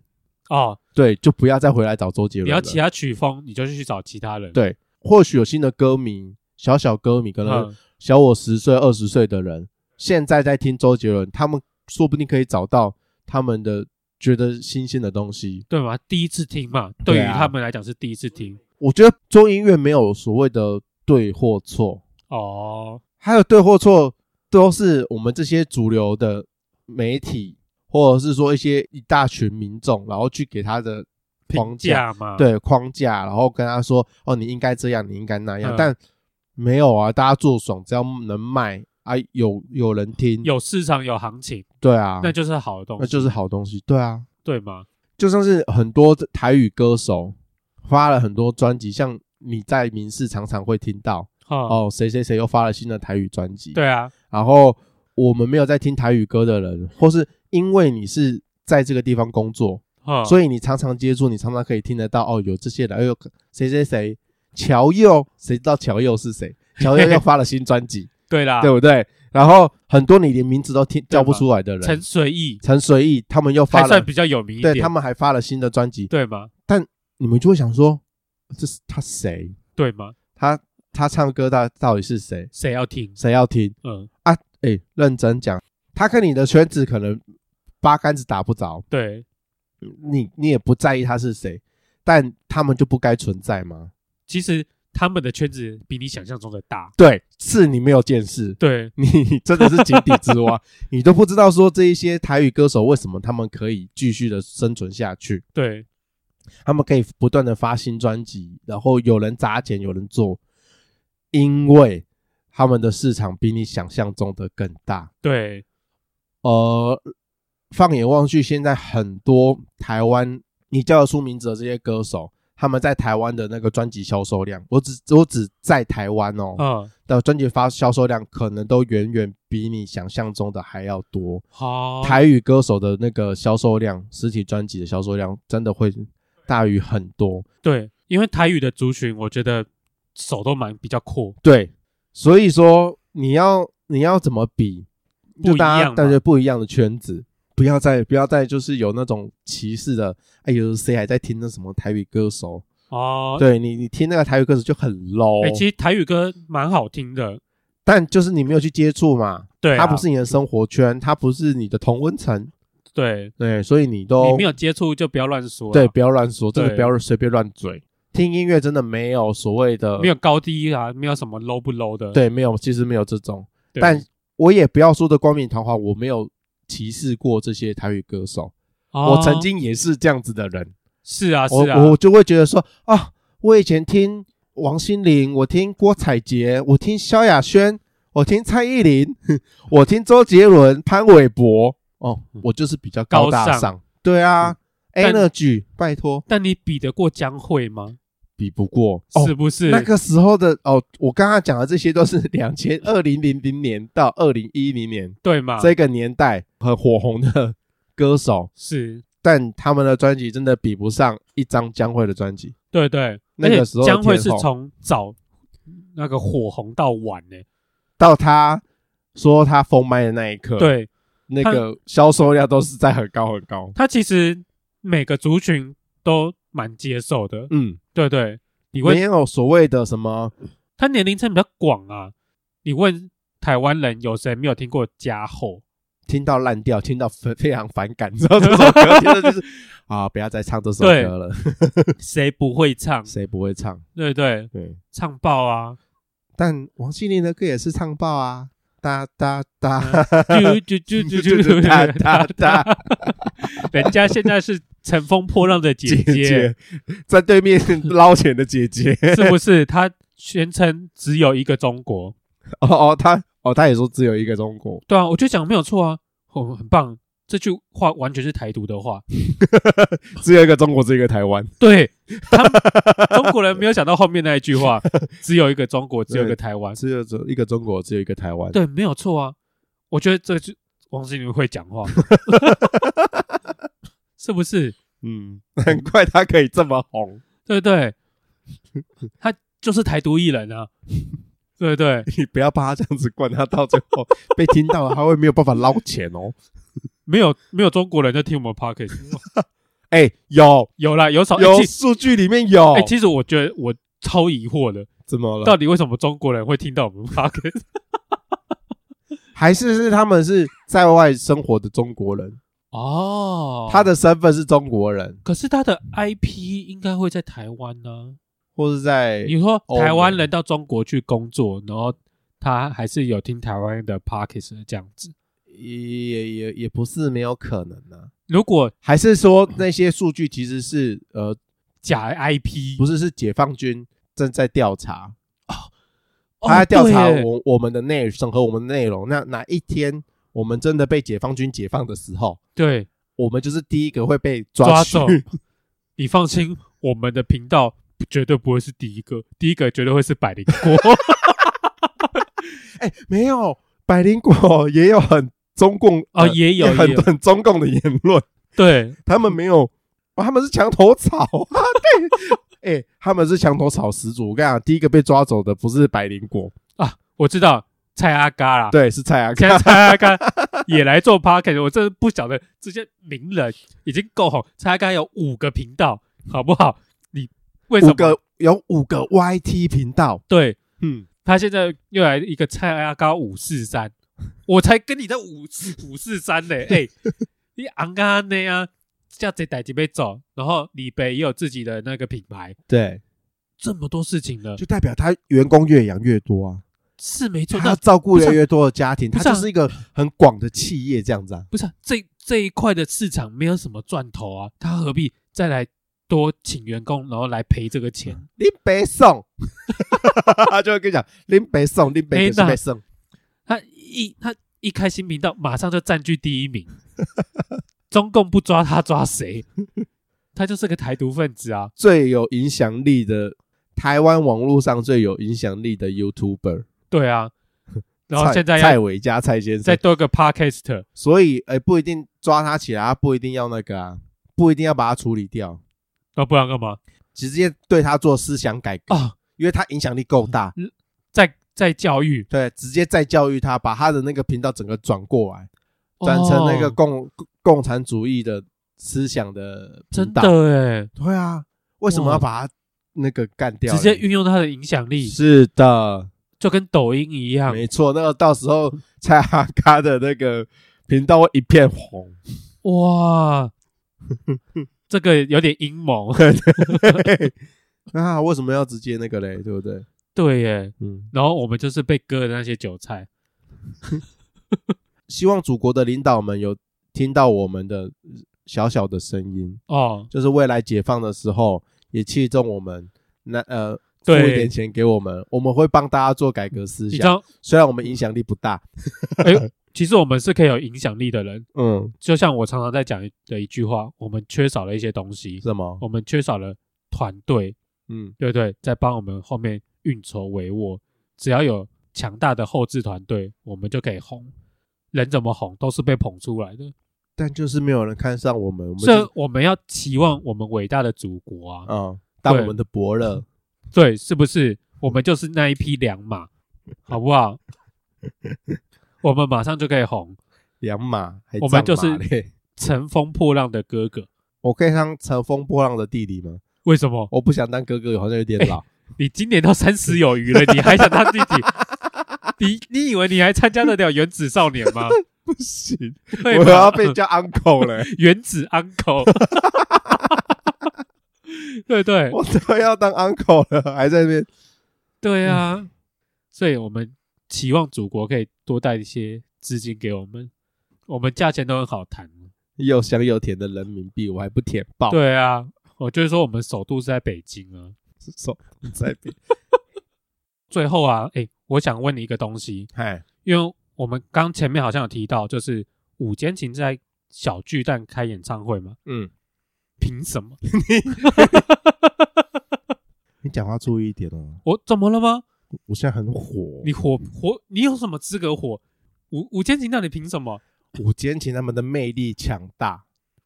S2: 哦，
S1: 对，就不要再回来找周杰伦
S2: 你
S1: 了。
S2: 要其他曲风，你就去找其他人，
S1: 对，或许有新的歌迷，小小歌迷，可能
S2: 嗯，
S1: 小我十岁、二十岁的人，现在在听周杰伦，他们说不定可以找到他们的觉得新鲜的东西。
S2: 对嘛，第一次听嘛，对
S1: 对
S2: 于
S1: 啊
S2: 他们来讲是第一次听，
S1: 我觉得中音乐没有所谓的对或错，
S2: 哦，
S1: 还有对或错都是我们这些主流的媒体，或者是说一些一大群民众，然后去给他的
S2: 评
S1: 框架。
S2: 价嘛，，
S1: 对框架，然后跟他说哦，你应该这样，你应该那样，
S2: 嗯
S1: 但没有啊，大家做爽，只要能卖啊，有有人听，
S2: 有市场有行情，
S1: 对啊，
S2: 那就是好的东西，
S1: 那就是好东西，对啊，
S2: 对吗？
S1: 就像是很多台语歌手发了很多专辑，像你在民视常常会听到
S2: 哦，
S1: 哦，谁谁谁又发了新的台语专辑，，
S2: 对啊，
S1: 然后我们没有在听台语歌的人，或是因为你是在这个地方工作，
S2: 哦，
S1: 所以你常常接触，你常常可以听得到哦，有这些人，哎呦，谁谁谁，乔佑，谁知道乔佑是谁？乔佑又发了新专 辑，
S2: 对啦，
S1: 对不对？然后很多你连名字都听
S2: 对
S1: 叫
S2: 嘛
S1: 不出来的人，
S2: 陈
S1: 陈
S2: 随意
S1: 陈随意他们又发
S2: 还算
S1: 了，
S2: 比较有名一点，
S1: 对他们还发了新的专辑，
S2: 对吗？
S1: 你们就会想说，这是他谁？
S2: 对吗？
S1: 他他唱歌他到底是谁？
S2: 谁要听？
S1: 谁要听？
S2: 嗯，
S1: 哎，认真讲，他跟你的圈子可能八竿子打不着，
S2: 对，
S1: 你你也不在意他是谁，但他们就不该存在吗？
S2: 其实他们的圈子比你想象中的大，
S1: 对，是你没有见识，
S2: 对，
S1: 你真的是井底之蛙，你都不知道说这一些台语歌手为什么他们可以继续的生存下去，
S2: 对，
S1: 他们可以不断的发新专辑，然后有人砸钱，有人做，因为他们的市场比你想象中的更大。
S2: 对，
S1: 呃，放眼望去，现在很多台湾你叫得出名字的这些歌手，他们在台湾的那个专辑销售量，我只我只在台湾哦，
S2: 嗯，
S1: 的专辑发销售量可能都远远比你想象中的还要多。
S2: 好，
S1: 台语歌手的那个销售量，实体专辑的销售量真的会大于很多。
S2: 对，因为台语的族群，我觉得手都蛮比较阔，
S1: 对，所以说你要你要怎么比？
S2: 不
S1: 就
S2: 一
S1: 大
S2: 样
S1: 家
S2: 嘛
S1: 带着不一样的圈子，不要再不要再就是有那种歧视的。哎呦，谁还在听那什么台语歌手？
S2: 哦，
S1: 对你，你听那个台语歌手就很 low，、
S2: 哎，其实台语歌蛮好听的，
S1: 但就是你没有去接触嘛，
S2: 对啊，
S1: 它不是你的生活圈，它不是你的同温层，
S2: 对，
S1: 对，所以你都
S2: 你没有接触就不要乱说啦，
S1: 哦
S2: 啊
S1: 对，不要乱说，真的
S2: 对
S1: 不要随便乱嘴。听音乐真的没有所谓的，
S2: 没有高低啊，没有什么 low 不 low 的，
S1: 对，没有，其实没有这种。
S2: 对，
S1: 但我也不要说的冠冕堂皇，我没有歧视过这些台语歌手。
S2: 哦
S1: 我曾经也是这样子的人，
S2: 是啊是
S1: 我
S2: 啊，
S1: 我就会觉得说啊，我以前听王心凌，我听郭采洁，我听萧亚轩，我听蔡依林， 我听周杰伦、潘玮柏，哦，我就是比较高大
S2: 嗯高尚
S1: 上，对啊、
S2: 嗯
S1: e
S2: 但
S1: n e r g y 拜托，
S2: 但你比得过江蕙吗？
S1: 比不过哦
S2: 是不是？
S1: 那个时候的哦，我刚刚讲的这些都是 两千二零零零年到二零一零年、
S2: 对嘛？
S1: 这个年代很火红的歌手，
S2: 是，
S1: 但他们的专辑真的比不上一张江蕙的专辑。
S2: 对对。
S1: 那个时候
S2: 而且江蕙是
S1: 天后
S2: 从早那个火红到晚呢、
S1: 到他说他封麦的那一刻，，
S2: 对
S1: 那个销售量都是在很高很高。
S2: 她其实每个族群都蛮接受的，
S1: 嗯，
S2: 对对。你
S1: 没
S2: 问
S1: 有所谓的什么
S2: 她年龄层比较广啊，你问台湾人有谁没有听过加厚？
S1: 听到烂掉，听到非非常反感， 知道这首歌，听到就是啊，不要再唱这首
S2: 对
S1: 歌了，
S2: 谁不会唱？
S1: 谁不会唱？
S2: 对对，
S1: 对，
S2: 唱爆啊！
S1: 但王心凌的歌也是唱爆啊，哒哒哒，
S2: 啾啾啾啾啾啾
S1: 哒哒哒，
S2: 人家现在是乘风破浪的姐
S1: 姐姐在对面捞钱的姐姐，
S2: 是不是？她宣称只有一个中国，
S1: 哦哦，她哦，她也说只有一个中国，
S2: 对啊，我就讲没有错啊，哦，很棒，这句话完全是台独的 话。
S1: 只有一个中国，只有一个台湾，
S2: 对，他们中国人没有想到后面那一句话，只有一个中国，只有一个台湾。
S1: 只有只有一个中国，只有一个台湾，
S2: 对，没有错啊。我觉得这就王心凌会讲 话，是不是？
S1: 嗯，难怪她可以这么红，
S2: 对不对？他就是台独艺人啊，对不对？
S1: 你不要把她这样子灌，她到最后被听到了，她会没有办法捞钱哦。
S2: 没有没有中国人在听我们 p o c k e t
S1: 哎，有
S2: 有啦，有少哎
S1: 有
S2: 其
S1: 数据里面有
S2: 哎、，其实我觉得我超疑惑的，
S1: 怎么了？
S2: 到底为什么中国人会听到我们 p o c k e t
S1: 还是是他们是在外生活的中国人，
S2: 哦
S1: 他的身份是中国人，
S2: 可是他的 IP 应该会在台湾呢、
S1: 或是在
S2: 你说
S1: 欧美
S2: 台湾人到中国去工作，然后他还是有听台湾的 p o c k e t 这样子。
S1: 也也也也不是没有可能呢、
S2: 如果
S1: 还是说那些数据其实是呃，
S2: 假 IP
S1: 不
S2: 是
S1: 是是解放军正在调查，他在
S2: 还
S1: 调查我我们的内审核我们的内容。那哪一天我们真的被解放军解放的时候，
S2: 对
S1: 我们就是第一个会被
S2: 抓
S1: 抓去
S2: 走。 你放心，我们的频道绝对不会是第一个，第一个绝对会是百灵果。
S1: 哎、 没有，百灵果也有很中共
S2: 哦
S1: 呃
S2: 也有也
S1: 很
S2: 有
S1: 很中共的言 论。
S2: 对，
S1: 他们没有，啊他们是墙头草啊， 对，哎、他们是墙头草始祖。我跟你讲，第一个被抓走的不是百灵果，
S2: 啊，我知道蔡阿嘎啦，，
S1: 对，是蔡阿
S2: 啊 现在
S1: 嘎。
S2: 蔡阿嘎也来做 p o c a s t 我真的不晓得这些名人已经够红，蔡阿嘎有五个频道，好不好？你为什
S1: 五
S2: 么？
S1: 个有五个 YT 频道，
S2: 对
S1: 嗯，
S2: 他现在又来一个蔡阿嘎五 四三，我才跟你在五四五四三呢，哎、你昂嘎那啊，这样子逮几杯走，然后李北也有自己的那个品牌，
S1: 对，
S2: 这么多事情了，
S1: 就代表他员工越养越多啊，
S2: 是没错，
S1: 他
S2: 那
S1: 要照顾
S2: 不是
S1: 越
S2: 啊
S1: 来越多的家庭，
S2: 不
S1: 他
S2: 是啊
S1: 就是一个很广的企业这样子啊。
S2: 不是、啊、这这一块的市场没有什么赚头啊，他何必再来多请员工，然后来赔这个钱？
S1: 林北送， 他就会跟你讲林北送，林北
S2: 哎那
S1: 林北送，
S2: 他一他一开新频道，马上就占据第一名， 中共不抓他 抓谁？他就是个台独分子啊！
S1: 最有影响力的台湾网络上最有影响力的 YouTuber，
S2: 对啊，然后
S1: 蔡
S2: 现在
S1: 蔡
S2: 要
S1: 伟加蔡先生
S2: 再，多一个 podcast，
S1: 所以，哎、不一定抓他起来，他不一定要那个啊，不一定要把他处理掉，
S2: 那哦不然干嘛
S1: 直接对他做思想改革，
S2: 啊？
S1: 因为他影响力够大，
S2: 在在教育
S1: 对，直接再教育他，把他的那个频道整个转过来，转成那个
S2: 哦
S1: 共、共产主义的思想的频
S2: 真
S1: 道，
S2: 的
S1: 对啊，为什么要把他那个干
S2: 哎，
S1: 掉
S2: 直
S1: 嘞？
S2: 接运用他的影响力，
S1: 是的，
S2: 就跟抖音一样，
S1: 没错，那个到时 候蔡阿嘎的那个频道会一片 红，
S2: 哇， 这个有点阴谋，
S1: 那为什么要直接那个嘞？对不对？
S2: 对耶。
S1: 嗯。
S2: 然后我们就是被割的那些韭菜，
S1: 希望祖国的领导们有听到我们的小小的声音，
S2: 哦，
S1: 就是未来解放的时候也器重我们，那呃付
S2: 对
S1: 一点钱给我们，我们会帮大家做改革思
S2: 你知
S1: 想。
S2: 道，
S1: 虽然我们影响力不大，
S2: 哎其实我们是可以有影响力的人，
S1: 嗯，
S2: 就像我常常在讲的一句话，我们缺少了一些东西，
S1: 什么？
S2: 我们缺少了团队，
S1: 嗯，
S2: 对不对？在帮我们后面运筹帷幄，只要有强大的后置团队，我们就可以红。人怎么红都是被捧出来的，
S1: 但就是没有人看上我们，我们
S2: 这
S1: 就
S2: 我们要期望我们伟大的祖国啊，
S1: 嗯，当
S2: 对
S1: 我们的伯乐。
S2: 对，是不是？我们就是那一匹 良马，好不好？我们马上就可以红，
S1: 良马还
S2: 我们
S1: 仗
S2: 就是
S1: 马嘞
S2: 乘风破浪的哥哥。
S1: 我可以当乘风破浪的弟弟吗？
S2: 为什么？
S1: 我不想当哥哥，好像有点老。
S2: 你今年都三十有余了，你还想当弟弟？你你以为你还参加得了原子少年 吗？
S1: 不行，
S2: 对吧
S1: 我要被叫 uncle 了，
S2: 原子 uncle，对对
S1: 我都要当 uncle 了，还在那边。
S2: 对啊，所以我们期望祖国可以多带一些资金给我们，我们价钱都很好谈。
S1: 又香又甜的人民币，我还不舔爆？，
S2: 对啊，我就是说我们首都是在北京啊。
S1: 手在边。
S2: 最后啊，哎，我想问你一个东西，
S1: 嗨，
S2: 因为我们刚前面好像有提到，就是午间情在小巨蛋开演唱会嘛，
S1: 嗯，
S2: 凭什么？
S1: 你讲话注意一点哦，
S2: 我怎么了吗？
S1: 我现在很火。
S2: 你火火，你有什么资格火？午午间情到底凭什么？
S1: 五间琴他们的魅力强大，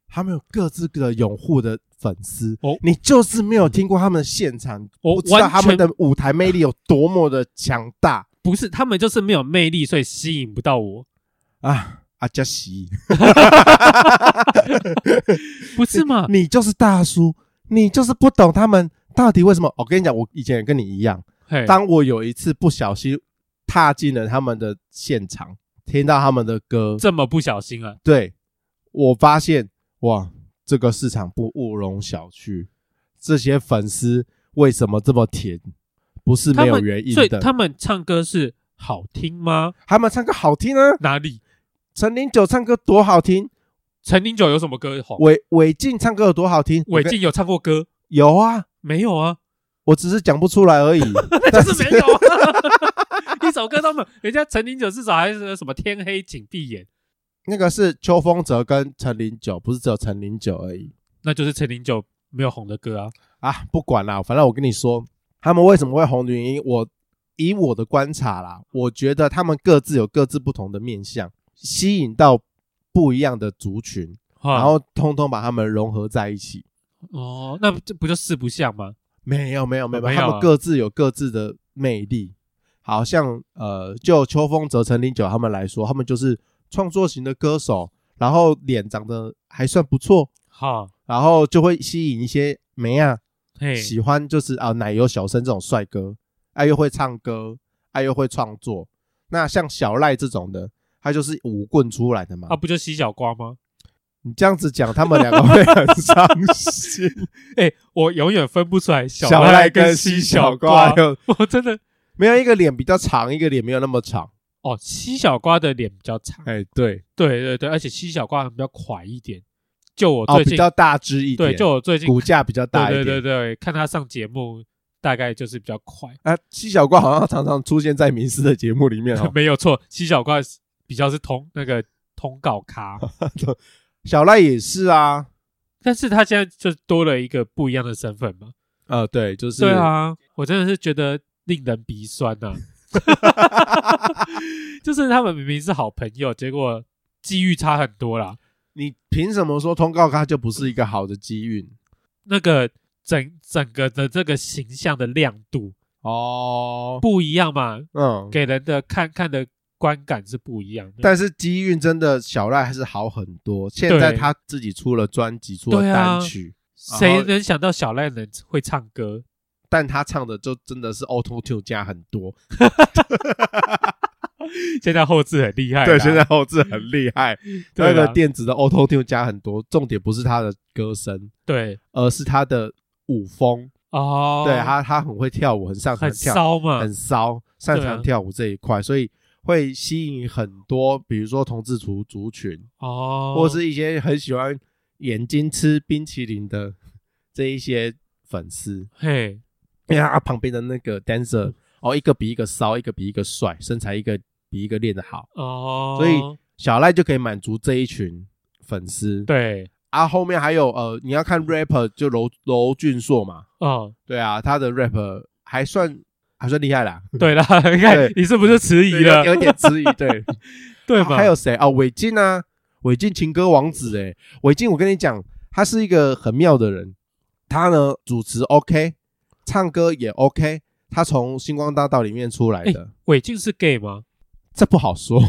S1: 他们有各自的拥护的粉丝。
S2: 哦
S1: 你就是没有听过他们现场，
S2: 我
S1: 不知道
S2: 完
S1: 他们
S2: 全
S1: 的舞台魅力有多么的强大
S2: 不是，他们就是没有魅力，所以吸引不到我，
S1: 啊！阿加西，
S2: 不是吗？
S1: 你就是大叔，你就是不懂他们到底为什么。我跟你讲，我以前也跟你一样，
S2: 嘿，
S1: 当我有一次不小心踏进了他们的现场，听到他们的歌，
S2: 这么不小心啊，
S1: 对我发现哇，这个市场不勿容小觑，这些粉丝为什么这么甜？不是
S2: 他
S1: 没有
S2: 们
S1: 原因
S2: 所以
S1: 的。
S2: 他们唱歌是好听吗？
S1: 他们唱歌好听啊，
S2: 哪里？
S1: 陈零九唱歌多好听，
S2: 陈零九有什么歌红？
S1: 韦韦静唱歌有多好听？
S2: 韦
S1: 我跟
S2: 静有唱过歌
S1: 有啊，
S2: 没有啊？
S1: 我只是讲不出来而已。
S2: 那 就是没有啊， 一首歌都没有。人家陈零九至少还是什么天黑请闭眼，
S1: 那个是邱风泽跟陈零九，不是只有陈零九而已
S2: 那就是陈零九没有红的歌啊。
S1: 啊。不管啦，反正我跟你说，他们为什么会红的原因，我以我的观察啦，我觉得他们各自有各自不同的面相，吸引到不一样的族群，然
S2: 然
S1: 后通通把他们融合在一起。
S2: 哦，那这不就四不像吗？
S1: 没有，没有，没有，
S2: 没有啊
S1: 他们各自有各自的魅力。好像呃，就秋风泽、陈零九他们来说，他们就是创作型的歌手，然后脸长得还算不错，
S2: 哈，
S1: 然后就会吸引一些妹啊，
S2: 嘿，
S1: 喜欢就是啊奶油小生这种帅哥，哎、又会唱歌，哎、又会创作。那像小赖这种的，他就是舞棍出来的嘛。
S2: 啊，不就洗脚瓜吗？
S1: 你这样子讲，他们两个会很伤心。
S2: 哎，我永远分不出来 小
S1: 小赖
S2: 跟
S1: 跟西
S2: 西小
S1: 小
S2: 瓜
S1: 瓜，有
S2: 我真的
S1: 没有一个脸比较长，一个脸没有那么长。
S2: 哦，西小瓜的脸比较长，
S1: 哎，对，
S2: 对对对，而且西小瓜比较垮一点。就我
S1: 哦，
S2: 最
S1: 比
S2: 近
S1: 较大只一点，
S2: 对，就我最近
S1: 骨架比较大一
S2: 对
S1: 点。
S2: 对对对，看他上节目大概就是比较快。。
S1: 啊，西小瓜好像常常出现在民视的节目里面哦
S2: 没有错，西小怪比较是通那个通告 咖，
S1: 小赖也是啊，
S2: 但是他现在就多了一个不一样的身份嘛。
S1: 呃，对，就是
S2: 对，啊，我真的是觉得令人鼻酸 呐、就是他们明明是好朋友，结果机遇差很多啦。
S1: 你凭什么说通告咖就不是一个好的机运？
S2: 那个整整个的这个形象的亮度
S1: 哦，
S2: 不一样嘛，
S1: 嗯，
S2: 给人的看看的观感是不一样的。
S1: 但是机运真的小赖还是好很多。现在
S2: 对
S1: 他自己出了专辑，出了
S2: 对啊
S1: 单曲，然
S2: 谁
S1: 后
S2: 能想到小赖能会唱歌？
S1: 但他唱的就真的是 auto tune 加很多。
S2: 现在后置很厉害啦，
S1: 对，现在后置很厉 害，
S2: 对
S1: 那个
S2: 啊
S1: 电子的 auto tune 加很多。重点不是他的歌声，
S2: 对
S1: 而是他的舞风。
S2: 哦，
S1: 对他，他很会跳舞，很擅长
S2: 很
S1: 跳，
S2: 骚嘛，
S1: 很骚，擅
S2: 对啊
S1: 长跳舞这一块，所以会吸引很多，比如说同志族族群，
S2: 哦，
S1: 或是一些很喜欢眼睛吃冰淇淋的 这一些粉丝，
S2: 嘿，
S1: 因为他啊旁边的那个
S2: 嗯
S1: dancer 哦，一个比一个骚，一个比一个帅，身材一个比一个练得好，
S2: 哦，
S1: 所以小赖就可以满足这一群粉丝。
S2: 对，
S1: 啊，后面还有呃，你要看 rapper 就楼楼俊硕嘛，
S2: 哦，
S1: 对啊，他的 rapper 还算还算厉害啦，
S2: 对了，你看
S1: 对
S2: 你是不是迟疑了？
S1: 有有点质疑，对，
S2: 对吧？
S1: 还有谁啊？韦静啊，韦静情歌王子哎、韦静，我跟你讲，他是一个很妙的人，他呢主持 OK，唱歌也 OK，他从星光大道里面出来的，
S2: 韦静是 gay 吗？
S1: 这不好说，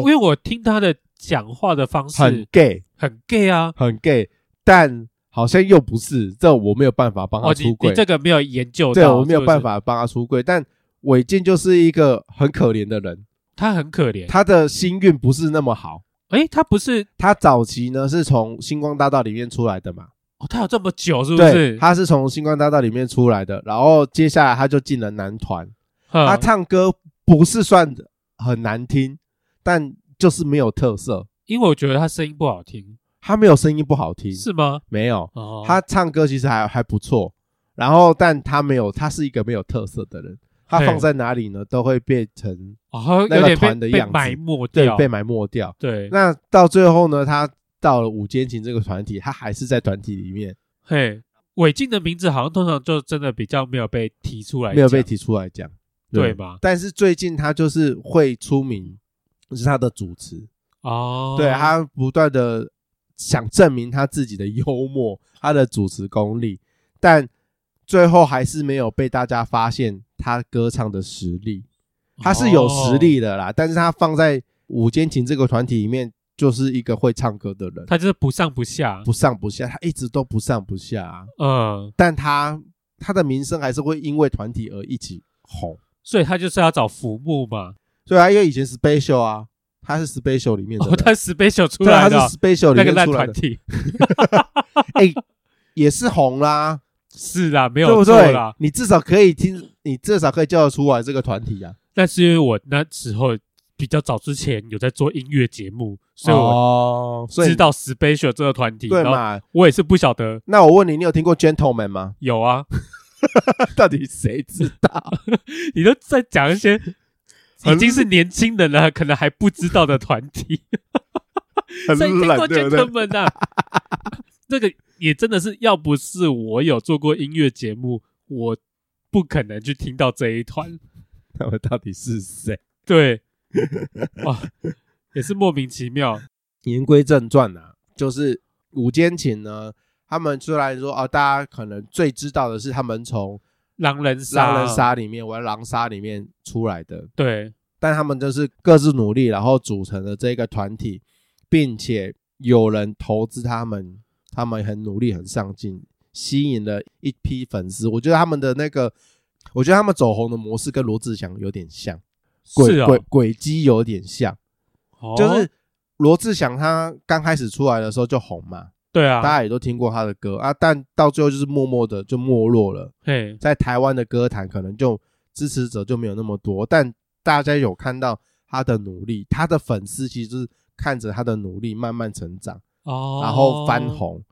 S2: 因为我听他的讲话的方
S1: 嗯很
S2: 式
S1: gay，
S2: 很 gay 啊。
S1: 很 gay，但好像又不是，这我没有办法帮他
S2: 哦，你
S1: 出柜，
S2: 你这个没有研究
S1: 对
S2: 到，
S1: 我没有
S2: 是不是
S1: 办。法帮他出柜，但韦静就是一个很可怜的人，
S2: 他很可怜，
S1: 他的心运不是那么好。
S2: 诶，他不是
S1: 他早期呢是从星光大道里面出来的嘛，
S2: 哦，他有这么久是不
S1: 对，
S2: 是？
S1: 他是从星光大道里面出来的，然后接下来他就进了男团。
S2: 哼
S1: 他唱歌不是算很难听，但就是没有特色，
S2: 因为我觉得他声音不好听，
S1: 他没有声音不好听，
S2: 是吗？
S1: 没有，
S2: 哦，
S1: 他唱歌其实还还不错。然后，但他没有，他是一个没有特色的人，他
S2: 嘿
S1: 放在哪里呢，都会变成
S2: 哦
S1: 那个
S2: 有点
S1: 团的
S2: 被被
S1: 样子
S2: 埋没
S1: 对
S2: 掉，
S1: 被埋没掉。
S2: 对，
S1: 那到最后呢，他到了五间情这个团体，他还是在团体里面
S2: 嘿，韦静的名字好像通常就真的比较没有被提出来讲，
S1: 没有被提出来讲，
S2: 对吗？
S1: 但是最近他就是会出名，是他的主持，
S2: 哦，
S1: 对他不断的想证明他自己的幽默，他的主持功力，但最后还是没有被大家发现他歌唱的实力。他是有实
S2: 哦
S1: 力的啦，但是他放在五间琴这个团体里面，就是一个会唱歌的人，
S2: 他就是不上不下，
S1: 不上不下，他一直都不上不下、啊，
S2: 嗯，
S1: 但他他的名声还是会因为团体而一起红。
S2: 所以他就是要找浮木嘛。
S1: 对啊，因为以前 Special 啊，他是 Special 里面的人，
S2: 哦，他 special 出
S1: 对啊，
S2: 来
S1: 他
S2: 的
S1: 是 Special 里
S2: 那个
S1: 面
S2: 烂
S1: 出来
S2: 团
S1: 的，
S2: 体，
S1: 哎，也是红啦，
S2: 是啦， 没
S1: 对
S2: 有
S1: 不
S2: 错
S1: 对
S2: 啦？。
S1: 你至少可以听，你至少可以叫得出来这个团体啊。
S2: 但是因为我那时候比较早之前有在做音乐节目，所以我
S1: 哦，所以
S2: 知道 special 这个团体，
S1: 对
S2: 然后
S1: 嘛？
S2: 我也是不晓得
S1: 那我问你，你有听过 Gentleman 吗？
S2: 有啊，
S1: 到底谁知道？
S2: 你都在讲一些
S1: 很
S2: 已经是年轻人了，可能还不知道的团体，
S1: 很
S2: 所以听
S1: 冷，
S2: 过
S1: 对不 对？
S2: gentlemen 啊， 这个也真的是，要不是我有做过音乐节目，我不可能去听到这一团。
S1: 他们到底是谁？
S2: 对，哇，也是莫名其妙。
S1: 言归正传啊，就是五间琴呢，他们虽然说啊，大家可能最知道的是他们从
S2: 狼人
S1: 《
S2: 杀，
S1: 狼人，杀》里面玩《狼杀》里面出来的，
S2: 对，
S1: 但他们就是各自努力，然后组成了这个团体，并且有人投资他们，他们很努力、很上进，吸引了一批粉丝。我觉得他们的那个，我觉得他们走红的模式跟罗志祥有点像，轨
S2: 是哦
S1: 轨轨迹有点像，
S2: 哦，
S1: 就是罗志祥他刚开始出来的时候就红嘛，
S2: 对
S1: 大
S2: 啊，
S1: 家也都听过他的歌啊，但到最后就是默默的就没落了。
S2: 嘿，
S1: 在台湾的歌坛可能就支持者就没有那么多，但大家有看到他的努力，他的粉丝其实就是看着他的努力慢慢成长，
S2: 哦，
S1: 然后翻，红。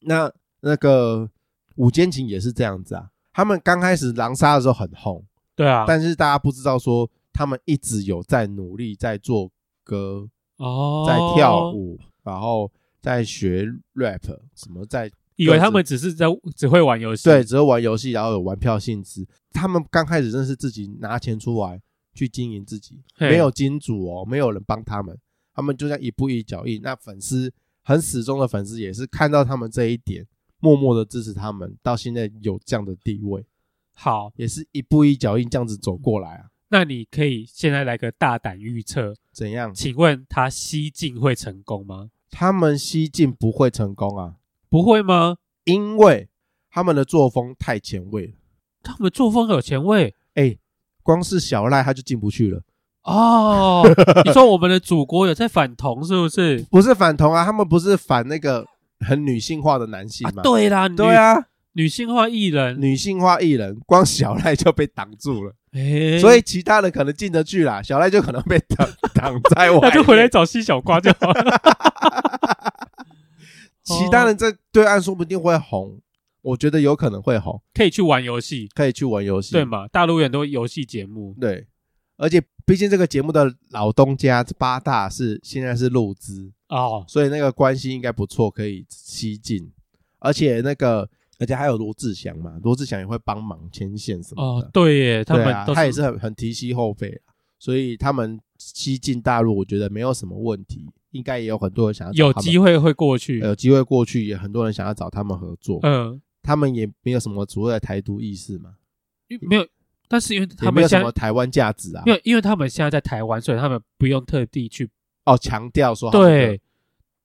S1: 那那个五间情也是这样子啊，他们刚开始狼杀的时候很红，
S2: 对啊，
S1: 但是大家不知道说他们一直有在努力，在做歌，
S2: 哦，
S1: 在跳，舞，然后在学 rap，什么在
S2: 以为他们只是在只会玩游戏，
S1: 对，，只是玩游戏，然后有玩票性质。他们刚开始认识自己，拿钱出来去经营自己，
S2: 嘿
S1: 没有金主哦，没有人帮他们，他们就这样一步一脚印。那粉丝很始终的粉丝也是看到他们这一点，默默的支持他们，到现在有这样的地位，
S2: 好，
S1: 也是一步一脚印这样子走过来啊。
S2: 那你可以现在来个大胆预测，
S1: 怎样？
S2: 请问他西进会成功吗？
S1: 他们西进不会成功啊，
S2: 不会吗？
S1: 因为他们的作风太前卫了。
S2: 他们作风有前卫
S1: 哎，光是小赖他就进不去了。
S2: 哦。你说我们的祖国有在反同是 不是？
S1: 不是反同啊，他们不是反那个很女性化的男性
S2: 啊
S1: 吗？，
S2: 对啦，女
S1: 对，啊，
S2: 女性化艺人，
S1: 女性化艺人，光小赖就被挡住了，
S2: 哎，
S1: 所以其他的可能进得去啦，小赖就可能被 挡挡在外
S2: 他
S1: 面。
S2: 就回来找西小瓜就好了。
S1: 其他人
S2: 哦
S1: 在对岸说不定会红，我觉得有可能会红，
S2: 可以去玩游戏，
S1: 可以去玩游戏。
S2: 对嘛？大陆有很多游戏节目，
S1: 对，而且毕竟这个节目的老东家八大是现在是路资，
S2: 哦，
S1: 所以那个关系应该不错，可以吸进。而且那个，而且还有罗志祥嘛，罗志祥也会帮忙牵线什么的。
S2: 哦，对耶，他
S1: 对
S2: 们
S1: 啊，
S2: 都
S1: 他也是很很提携后辈啊，所以他们西进大陆，我觉得没有什么问题，应该也有很多人想要
S2: 有
S1: 找他们呃
S2: 机会会过去，
S1: 有机会过去，也很多人想要找他们合作，
S2: 嗯，
S1: 他们也没有什么所谓的台独意识嘛，
S2: 因为没有，但是因为
S1: 也
S2: 他
S1: 没
S2: 们
S1: 有什
S2: 现
S1: 么
S2: 在，
S1: 台湾价值啊，
S2: 因为因为他们现在在台湾，所以他们不用特地去。
S1: 哦，强调说他们的
S2: 对，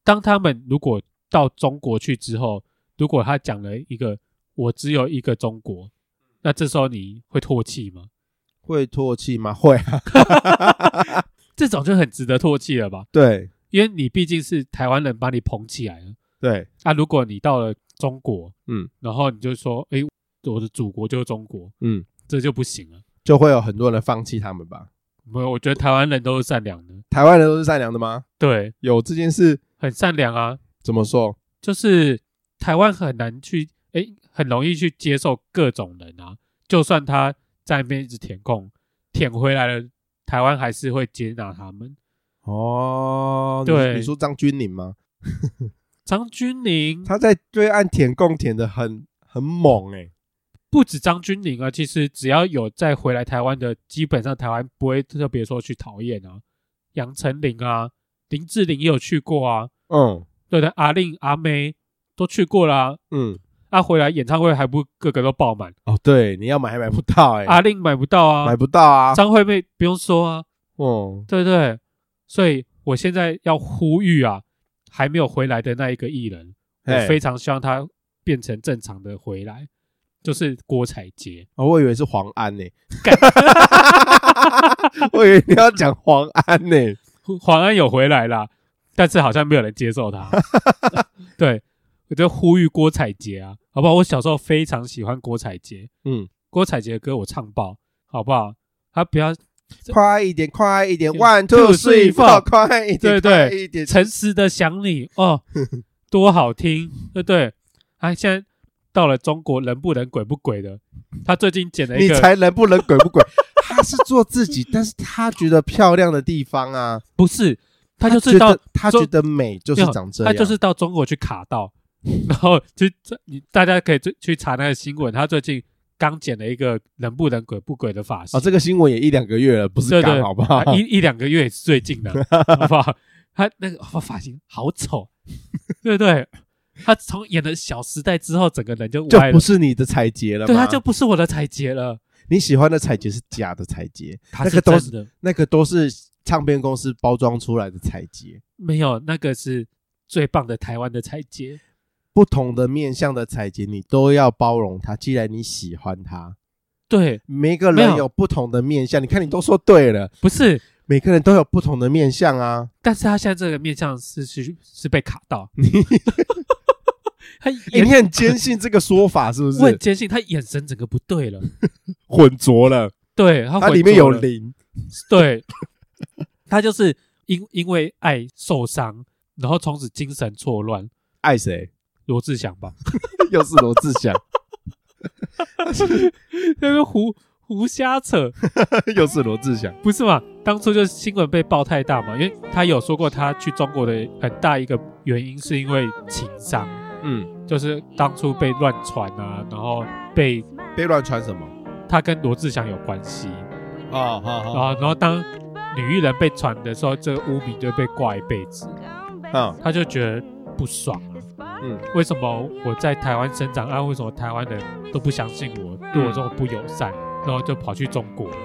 S2: 当他们如果到中国去之后，如果他讲了一个“我只有一个中国”，那这时候你会唾弃吗？
S1: 会唾弃吗？会啊，
S2: 这种就很值得唾弃了吧？
S1: 对
S2: 因为你毕竟是台湾人把你捧起来了。
S1: 对，
S2: 啊，如果你到了中国，
S1: 嗯，
S2: 然后你就说，诶，我的祖国就是中国，
S1: 嗯，
S2: 这就不行了。
S1: 就会有很多人放弃他们吧。
S2: 没有，我觉得台湾人都是善良的，
S1: 台湾人都是善良的吗？
S2: 对，
S1: 有这件事
S2: 很善良啊。
S1: 怎么说？
S2: 就是台湾很难去，诶，很容易去接受各种人啊。就算他在那边一直填空，舔回来了，台湾还是会接纳他们。
S1: 哦，你
S2: 对
S1: 你说张钧甯吗？
S2: 张钧甯
S1: 他在对岸舔共舔的很很猛哎、
S2: 不止张钧甯啊，其实只要有再回来台湾的，基本上台湾不会特别说去讨厌啊。杨丞琳啊，林志玲也有去过啊，
S1: 嗯
S2: 对不对？阿令、阿妹都去过啦、
S1: 嗯，
S2: 啊。回来演唱会还不个个都爆满，
S1: 哦，对，你要买还买不到哎、
S2: 阿令买不到啊
S1: 买，不到啊。
S2: 张惠妹不用说啊，
S1: 嗯，
S2: 对不对？所以我现在要呼吁啊，还没有回来的那一个艺人，我
S1: 嘿
S2: 非常希望他变成正常的回来，就是郭采洁。
S1: 哦我以为是黄安 呢、我以为你要讲黄安欸呢、
S2: 黄安有回来啦，但是好像没有人 接受他。对，我就呼吁郭采洁啊，好不好？我小时候非常喜欢郭采洁，
S1: 嗯，
S2: 郭采洁的歌我唱爆，好不好？他不要
S1: 快一点，快一点
S2: 嗯
S1: ，one two
S2: two,
S1: three
S2: three,
S1: four，
S2: four
S1: 快一点，
S2: 对对
S1: 快一点，
S2: 诚实的想你 哦，多好听，对不对？他现在到了中国，人不人鬼不鬼的。他最近剪了一
S1: 你
S2: 个，
S1: 才能不能鬼不鬼？ 他是做自己，但是他觉得漂亮的地方啊，
S2: 不是，他就
S1: 觉
S2: 是到
S1: 得他觉得美就是长这
S2: 他
S1: 样，
S2: 就是到中国去卡到，然后就这你大家可以去去查那个新闻，他最近刚剪了一个人不人鬼不鬼的发型，
S1: 哦，这个新闻也一两个月了，不是
S2: 对对
S1: 刚好不好
S2: 啊？一一两个月也是最近 的，好不好？他那个哦发型好丑， 对不对？他从演了《小时代》之后，整个人就
S1: 就
S2: 歪了
S1: 不，是你的彩洁了吗？
S2: 对，他就不是我的彩杰了，
S1: 你喜欢的彩洁是假的彩洁，
S2: 他
S1: 那
S2: 是
S1: 个都
S2: 真
S1: 是
S2: 的，
S1: 那个都是唱片公司包装出来的彩洁，
S2: 没有那个是最棒的台湾的彩杰，
S1: 不同的面向的彩洁，你都要包容它。既然你喜欢它，
S2: 对，
S1: 每个
S2: 没
S1: 人
S2: 有
S1: 有不同的面向，你看你都说对了，
S2: 不是。
S1: 每个人都有不同的面向啊。
S2: 但是他现在这个面相是是是被卡 到，他
S1: 哎、
S2: 眼、
S1: 你很坚信这个说法是不
S2: 我很
S1: 是？
S2: 坚信他眼神整个不对 了，
S1: 混浊了。
S2: 对他
S1: 它
S2: 浑
S1: 里面有
S2: 浊了，
S1: 零，
S2: 对， 他就是因因为爱受伤，然后从此精神错乱，
S1: 爱谁？
S2: 罗志祥吧，
S1: 又是罗志祥，
S2: 那个胡胡瞎扯，
S1: 又是罗志祥。
S2: 不是嘛？当初就是新闻被爆太大嘛，因为他有说过他去中国的很大一个原因是因为情商，
S1: 嗯，
S2: 就是当初被乱传啊，然后被
S1: 被乱传什么？
S2: 他跟罗志祥有关系。
S1: 哦，好好，
S2: 啊，然后当女艺人被传的时候，这个污名就被挂一辈子，
S1: 嗯
S2: 他就觉得不爽啊。
S1: 嗯，
S2: 为什么我在台湾生长啊？为什么台湾人都不相信我，对我这么不友善？然后就跑去中国了，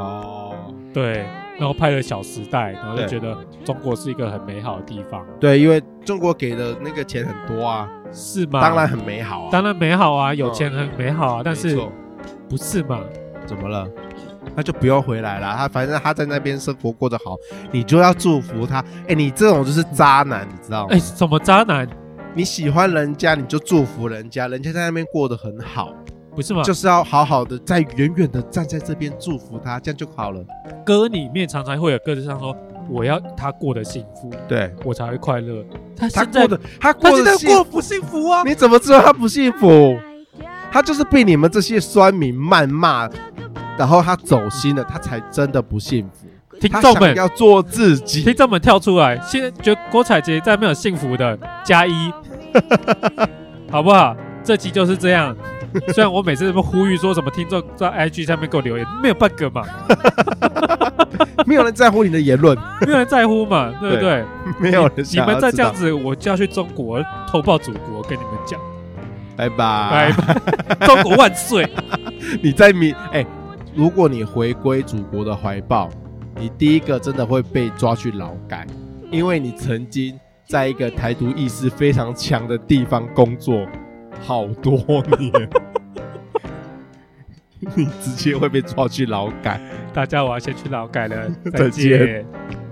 S1: 哦，
S2: 对，然后拍了《小时代》，然后就
S1: 对
S2: 觉得中国是一个很美好的地方，
S1: 对，因为中国给的那个钱很多啊，
S2: 是吗？
S1: 当然，很美好啊，
S2: 当然美好啊，有钱很美好啊，但
S1: 没
S2: 是
S1: 错嗯
S2: 不是嘛？
S1: 怎么了？他就不用回来了，他反正他在那边生活过得好，你就要祝福他。哎，你这种就是渣男，你知道吗
S2: 哎，？什么渣男？
S1: 你喜欢人家，你就祝福人家，人家在那边过得很好，
S2: 不是吗？
S1: 就是要好好的在远远的站在这边祝福他，这样就好了。
S2: 歌里面常常会有歌词上说，我要他过得幸福，
S1: 对
S2: 我才会快乐。他
S1: 他
S2: 现在
S1: 过得，他
S2: 他
S1: 过
S2: 现
S1: 得
S2: 在
S1: 幸
S2: 过不幸福啊！
S1: 你怎么知道他不幸福
S3: 不？，
S1: 他
S3: 他
S1: 就
S3: 就是是
S1: 被
S3: 被
S1: 你
S3: 你
S1: 们
S3: 们
S1: 这
S3: 这
S1: 些酸民谩骂，然后他走心了，他才真的不幸福。
S2: 听
S1: 他
S2: 众
S1: 想
S2: 们，
S1: 要做自己，
S2: 听众们跳出来，现在觉得郭采洁在没有幸福的加一，好不好？这集就是这样。虽然我每次这么呼吁说什么听众在 IG 上面给我留言，没有半个嘛，
S1: 没有人在乎你的 言论，
S2: 没有人在 乎嘛，对不对？
S1: 没有人
S2: 你
S1: 想要
S2: 们再这样
S1: 知
S2: 子，我就要去中国投报祖国，跟你们讲，
S1: 道，拜
S2: 拜
S1: 拜。
S2: 拜，中国万岁！
S1: 你在民 哎，如果你回归祖国的怀抱，你第一个真的会被抓去劳改，因为你曾经在一个台独意识非常强的地方工作好多年， 你直接会被抓去劳改。
S2: 大家，我要先去劳改了，
S1: 再
S2: 再
S1: 见
S2: 见